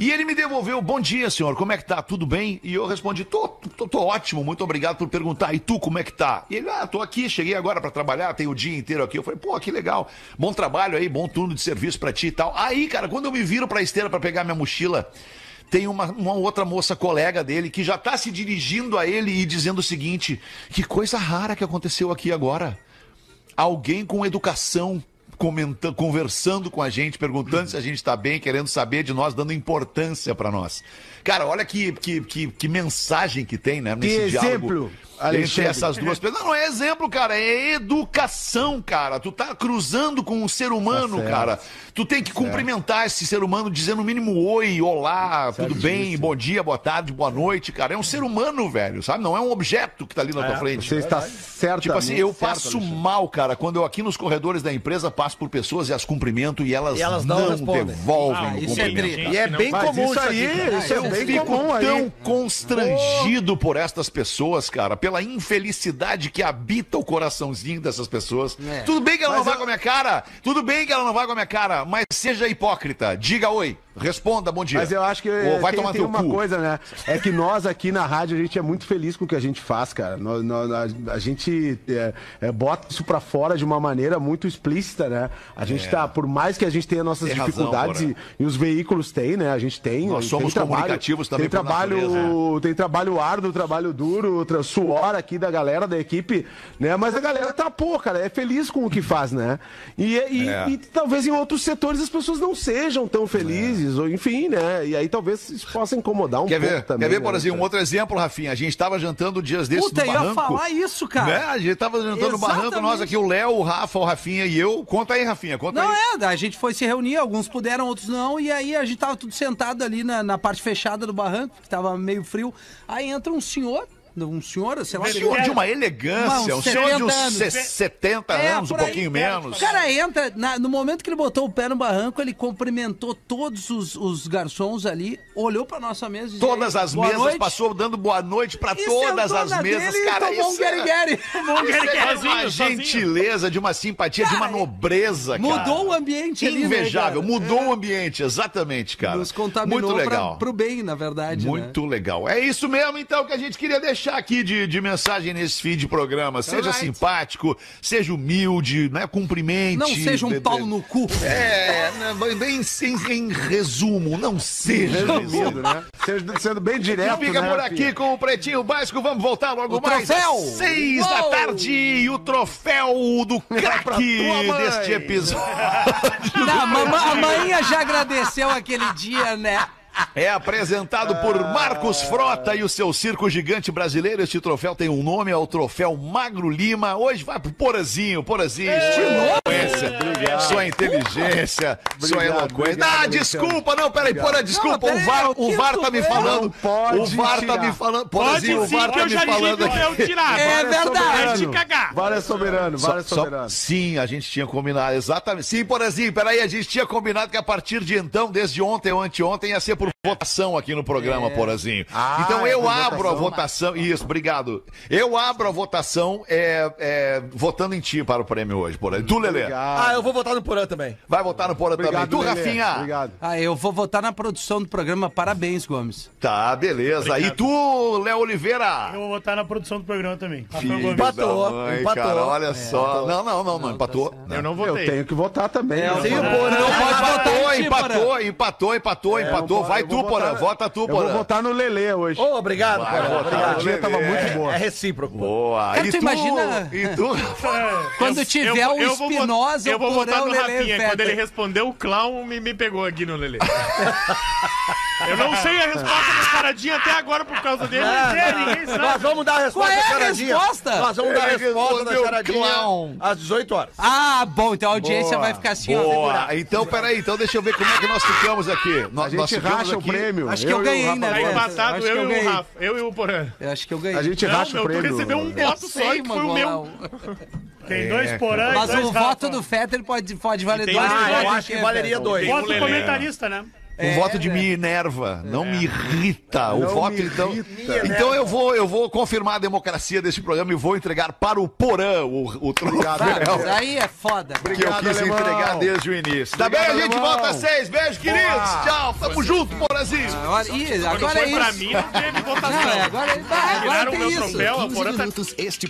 Speaker 4: E ele me devolveu, bom dia, senhor, como é que tá? Tudo bem? E eu respondi, tô, tô, tô ótimo, muito obrigado por perguntar. E tu, como é que tá? E ele, ah, tô aqui, cheguei agora pra trabalhar, tenho o dia inteiro aqui. Eu falei, pô, que legal, bom trabalho aí, bom turno de serviço pra ti e tal. Aí, cara, quando eu me viro pra esteira pra pegar minha mochila, tem uma, uma outra moça colega dele que já tá se dirigindo a ele e dizendo o seguinte, que coisa rara que aconteceu aqui agora alguém com educação comenta- conversando com a gente, perguntando se a gente está bem, querendo saber de nós, dando importância para nós. Cara, olha que, que, que, que mensagem que tem, né? Nesse
Speaker 3: exemplo,
Speaker 4: diálogo entre
Speaker 3: Alexandre.
Speaker 4: essas duas pessoas. Não, não é exemplo, cara, é educação, cara. Tu tá cruzando com um ser humano,
Speaker 3: Tá certo.
Speaker 4: cara. Tu tem que cumprimentar esse ser humano dizendo no mínimo oi, olá, tudo bem, bom dia, boa tarde, boa noite, cara. É um ser humano, velho, sabe? Não é um objeto que tá ali na tua frente.
Speaker 3: É, Você está certo.
Speaker 4: Tipo assim, eu passo mal, cara, quando eu aqui nos corredores da empresa passo por pessoas e as cumprimento e elas,
Speaker 6: E elas não
Speaker 4: não,
Speaker 6: respondem.
Speaker 4: devolvem
Speaker 5: Ah,
Speaker 4: o
Speaker 5: isso é
Speaker 4: cumprimento.
Speaker 5: treta.
Speaker 6: E é bem
Speaker 3: Mas
Speaker 6: comum
Speaker 3: isso aí,
Speaker 6: aqui, cara.
Speaker 3: isso é
Speaker 4: Eu
Speaker 3: bem
Speaker 4: fico
Speaker 3: comum aí.
Speaker 4: tão constrangido por estas pessoas, cara, pela infelicidade que habita o coraçãozinho dessas pessoas.
Speaker 5: É.
Speaker 4: Tudo bem que ela não vai com a minha cara, tudo bem que ela não vai com a minha cara, mas seja hipócrita, diga oi, responda bom dia.
Speaker 3: Mas eu acho que é,
Speaker 4: Ou vai
Speaker 3: tem,
Speaker 4: tomar
Speaker 3: tem
Speaker 4: teu
Speaker 3: uma
Speaker 4: cu.
Speaker 3: coisa, né? É que nós aqui na rádio, a gente é muito feliz com o que a gente faz, cara. Nós- nós- a, a gente é, é, bota isso pra fora de uma maneira muito explícita, né? A gente tá, por mais que a gente tenha nossas
Speaker 4: É. Tem razão,
Speaker 3: dificuldades
Speaker 4: Porã.
Speaker 3: e, e os veículos têm, né? A gente tem. tem
Speaker 4: Nós somos comunicativos também
Speaker 3: Tem
Speaker 4: por
Speaker 3: trabalho,
Speaker 4: natureza,
Speaker 3: tem trabalho árduo, trabalho duro, tra- suor aqui da galera, da equipe, né? Mas a galera tá, pô, cara, é feliz com o que faz, né? E, e-
Speaker 4: É.
Speaker 3: e talvez em outros setores as pessoas não sejam tão felizes, ou enfim, né? E aí talvez isso possa incomodar um
Speaker 4: É. Quer
Speaker 3: pouco
Speaker 4: ver?
Speaker 3: também.
Speaker 4: Quer ver,
Speaker 3: né,
Speaker 4: por exemplo, um
Speaker 3: cara?
Speaker 4: outro exemplo, Rafinha? A gente tava jantando dias desses
Speaker 5: Puta,
Speaker 4: no
Speaker 5: eu ia
Speaker 4: barranco.
Speaker 5: falar isso,
Speaker 4: Né?
Speaker 5: cara.
Speaker 4: A gente tava jantando no barranco,
Speaker 5: Exatamente.
Speaker 4: nós aqui, o Léo, o Rafa, o Rafinha e eu. Conta aí, Rafinha, conta
Speaker 5: Não,
Speaker 4: aí.
Speaker 5: é, a gente foi se reunir, alguns puderam, outros não, e aí a gente tava tudo sentado ali na, na parte fechada do barranco, que tava meio frio. Aí entra um senhor, um senhor, sei lá,
Speaker 4: Um senhor de uma elegância,
Speaker 5: Mas,
Speaker 4: um senhor de uns
Speaker 5: 70 anos.
Speaker 4: 60 70
Speaker 5: É,
Speaker 4: anos, um
Speaker 5: por aí,
Speaker 4: pouquinho
Speaker 5: cara.
Speaker 4: menos.
Speaker 5: O cara entra, na- no momento que ele botou o pé no barranco, ele cumprimentou todos os, os garçons ali, olhou pra nossa mesa e disse,
Speaker 4: todas as
Speaker 5: "Boa
Speaker 4: mesas,
Speaker 5: noite",
Speaker 4: passou dando boa noite pra
Speaker 5: e
Speaker 4: todas
Speaker 5: sentou
Speaker 4: as
Speaker 5: na
Speaker 4: mesas.
Speaker 5: dele e
Speaker 4: Cara,
Speaker 5: tomou um
Speaker 4: isso é-
Speaker 5: guerigueri.
Speaker 4: <laughs> isso é de uma
Speaker 7: Sozinho, sozinho.
Speaker 4: gentileza, de uma simpatia, de uma nobreza, cara.
Speaker 5: Mudou o ambiente ali, né,
Speaker 4: Invejável,
Speaker 5: cara?
Speaker 4: mudou o ambiente, exatamente, cara.
Speaker 5: Nos contaminou
Speaker 4: Muito
Speaker 5: pra-
Speaker 4: legal.
Speaker 5: pro bem, na verdade, né?
Speaker 4: Muito legal. É isso mesmo, então, que a gente queria deixar aqui de, de mensagem nesse fim de programa. Seja
Speaker 5: Alright.
Speaker 4: simpático, seja humilde, né? Cumprimente.
Speaker 5: Não seja
Speaker 4: de-
Speaker 5: um
Speaker 4: de-
Speaker 5: pau no cu.
Speaker 4: É, né, em, em- em resumo, não seja
Speaker 3: Resumido,
Speaker 4: resumo.
Speaker 3: né? Sendo, sendo bem
Speaker 5: é
Speaker 3: direto.
Speaker 4: um Fica
Speaker 3: né,
Speaker 4: por
Speaker 3: Rafinha?
Speaker 4: aqui com o Pretinho Básico. Vamos voltar logo
Speaker 5: O
Speaker 4: mais.
Speaker 5: troféu.
Speaker 4: às Seis da
Speaker 5: Uou.
Speaker 4: tarde. E o troféu do craque <laughs> deste episódio.
Speaker 5: Não, a mamã- a maninha já agradeceu aquele dia, né?
Speaker 4: É apresentado por Marcos Frota e o seu circo gigante brasileiro. Este troféu tem um nome, é o troféu Magro Lima. Hoje vai pro Porazinho, Porazinho, estilo eloquência, sua inteligência, sua
Speaker 3: Obrigado,
Speaker 4: eloquência.
Speaker 3: obrigado,
Speaker 4: ah,
Speaker 3: Alexandre.
Speaker 4: desculpa, não, peraí, Porã, desculpa,
Speaker 5: Não,
Speaker 4: o
Speaker 5: peraí,
Speaker 4: VAR,
Speaker 5: o
Speaker 4: o
Speaker 5: que
Speaker 4: VAR
Speaker 5: tu
Speaker 4: tá me
Speaker 5: é?
Speaker 3: Não
Speaker 4: falando,
Speaker 3: pode
Speaker 4: o VAR tá
Speaker 3: tirar.
Speaker 4: me falando,
Speaker 7: Pode
Speaker 4: Porazinho, o
Speaker 7: sim,
Speaker 4: VAR
Speaker 7: que
Speaker 4: tá
Speaker 7: eu
Speaker 4: me
Speaker 7: já digo
Speaker 4: falando
Speaker 7: pra eu
Speaker 4: aqui.
Speaker 7: tirar.
Speaker 5: É
Speaker 7: Agora
Speaker 5: verdade.
Speaker 7: Vai te cagar.
Speaker 3: Vale é soberano,
Speaker 4: Só-
Speaker 3: vale é
Speaker 4: só-
Speaker 3: soberano.
Speaker 4: sim, a gente tinha combinado, exatamente. Sim, Porazinho, peraí, a gente tinha combinado que a partir de então, desde ontem ou anteontem, ia ser por votação aqui no programa, Porazinho.
Speaker 3: É. Ah,
Speaker 4: então
Speaker 3: é
Speaker 4: eu
Speaker 3: por
Speaker 4: abro a
Speaker 3: votação. né?
Speaker 4: votação, isso, obrigado. Eu abro a votação é, é, votando em ti para o prêmio hoje, Porazinho. Tu, Lelê,
Speaker 3: Obrigado.
Speaker 6: Ah, eu vou votar no Porã também.
Speaker 4: vai votar no Porã também. Tu,
Speaker 3: Lelê.
Speaker 4: Rafinha.
Speaker 3: Obrigado.
Speaker 5: Ah, eu vou votar na produção do programa. Parabéns, Gomes.
Speaker 4: Tá, beleza. E tu, Léo Oliveira.
Speaker 8: Eu vou botar na produção do programa também. Tá, Rafael
Speaker 4: Filho
Speaker 8: Gomes.
Speaker 6: Empatou,
Speaker 4: da mãe,
Speaker 6: empatou.
Speaker 4: Cara, olha
Speaker 3: É,
Speaker 4: só. Não, não, não, não, empatou.
Speaker 3: tá
Speaker 4: Não.
Speaker 7: Eu não
Speaker 3: Eu
Speaker 7: votei.
Speaker 3: tenho que votar também. né?
Speaker 5: É, eu
Speaker 6: Sim, o
Speaker 5: vou-
Speaker 6: Porã
Speaker 5: Não pode votar
Speaker 4: Empatou,
Speaker 5: em ti, Porã.
Speaker 4: empatou, empatou, empatou, empatou.
Speaker 3: É, eu
Speaker 4: Vai
Speaker 3: vou-
Speaker 4: tu,
Speaker 3: vou
Speaker 4: Porã,
Speaker 3: votar-
Speaker 4: vota tu,
Speaker 3: Eu
Speaker 4: Porã.
Speaker 3: vou votar no Lelê hoje.
Speaker 6: Ô, obrigado,
Speaker 4: Vai,
Speaker 6: cara.
Speaker 4: vou
Speaker 3: A
Speaker 4: votar
Speaker 6: Obrigado.
Speaker 4: no
Speaker 3: dia tava
Speaker 4: Lelê.
Speaker 3: muito boa.
Speaker 6: É recíproco.
Speaker 4: Boa.
Speaker 5: Cara,
Speaker 4: E
Speaker 5: tu imagina-
Speaker 4: E tu,
Speaker 5: Quando
Speaker 8: Eu-
Speaker 5: tiver
Speaker 8: eu
Speaker 5: o
Speaker 8: vou- eu vou bot-
Speaker 5: Espinosa,
Speaker 8: Eu vou
Speaker 5: o Porã,
Speaker 8: botar
Speaker 5: o
Speaker 8: no
Speaker 5: Lelê e o
Speaker 8: Rafinha. Quando
Speaker 5: Feta.
Speaker 8: ele respondeu, o clown me, me pegou aqui no <laughs> Lelê. eu não sei a resposta do caradinho até agora por causa dele.
Speaker 6: Ah, Nós vamos dar a resposta
Speaker 5: é Qual é
Speaker 6: da
Speaker 5: a
Speaker 6: charadinha.
Speaker 5: resposta?
Speaker 6: Nós vamos dar a
Speaker 4: Ele
Speaker 6: resposta um da
Speaker 4: respondeu
Speaker 6: charadinha
Speaker 4: clown.
Speaker 6: às 18 horas.
Speaker 5: Ah, bom, então a audiência vai ficar assim, ó.
Speaker 4: boa. Então, peraí, então deixa eu ver como é que nós ficamos aqui.
Speaker 3: A
Speaker 4: Nós, nós
Speaker 3: gente
Speaker 4: ficamos
Speaker 3: racha o
Speaker 4: aqui-
Speaker 3: prêmio.
Speaker 5: Acho que
Speaker 3: e
Speaker 5: eu
Speaker 3: é o
Speaker 5: ganhei,
Speaker 3: Rafa
Speaker 5: né,
Speaker 8: Tá
Speaker 3: Gomes.
Speaker 5: velho?
Speaker 8: empatado
Speaker 5: Acho que
Speaker 8: eu,
Speaker 5: eu
Speaker 8: e
Speaker 5: ganhei.
Speaker 8: o Rafa. Eu e o Porã.
Speaker 5: Eu acho que eu ganhei.
Speaker 3: A gente
Speaker 8: Não,
Speaker 3: racha
Speaker 8: meu,
Speaker 3: o
Speaker 8: tu
Speaker 3: prêmio.
Speaker 8: recebeu um
Speaker 5: eu
Speaker 8: voto só que foi o meu.
Speaker 5: Mongolão.
Speaker 12: Tem dois porã e
Speaker 5: Mas
Speaker 12: dois
Speaker 5: o
Speaker 12: Rafa.
Speaker 5: voto do Fetter pode, pode valer
Speaker 8: tem
Speaker 5: dois.
Speaker 8: mais,
Speaker 5: votos
Speaker 8: eu
Speaker 5: aqui,
Speaker 6: acho que
Speaker 5: né,
Speaker 6: valeria
Speaker 5: Fetter?
Speaker 6: dois.
Speaker 12: Voto
Speaker 8: Tem
Speaker 12: do
Speaker 8: um Lelê.
Speaker 12: comentarista, né?
Speaker 4: O um voto de me enerva, não me irrita. O
Speaker 3: Não
Speaker 4: voto,
Speaker 3: me
Speaker 4: então.
Speaker 3: irrita.
Speaker 4: Então eu vou, eu vou confirmar a democracia desse programa e vou entregar para o Porã o, o trocado
Speaker 5: Tá,
Speaker 4: real
Speaker 5: mas aí é foda. cara.
Speaker 4: que eu quis
Speaker 3: Obrigado,
Speaker 4: entregar
Speaker 3: alemão.
Speaker 4: desde o início. Tá bem,
Speaker 3: Obrigado,
Speaker 4: a gente
Speaker 3: alemão.
Speaker 4: volta às seis. Beijo, queridos. Tchau. Tamo junto, Porãzinho.
Speaker 5: Agora, ih,
Speaker 8: Quando
Speaker 5: agora é
Speaker 8: foi pra
Speaker 5: isso.
Speaker 8: mim, não teve votação.
Speaker 5: Não, é, agora, agora
Speaker 8: Tiraram o
Speaker 5: tem
Speaker 8: meu
Speaker 5: isso.
Speaker 8: troféu, a Porã tá
Speaker 13: minutos, este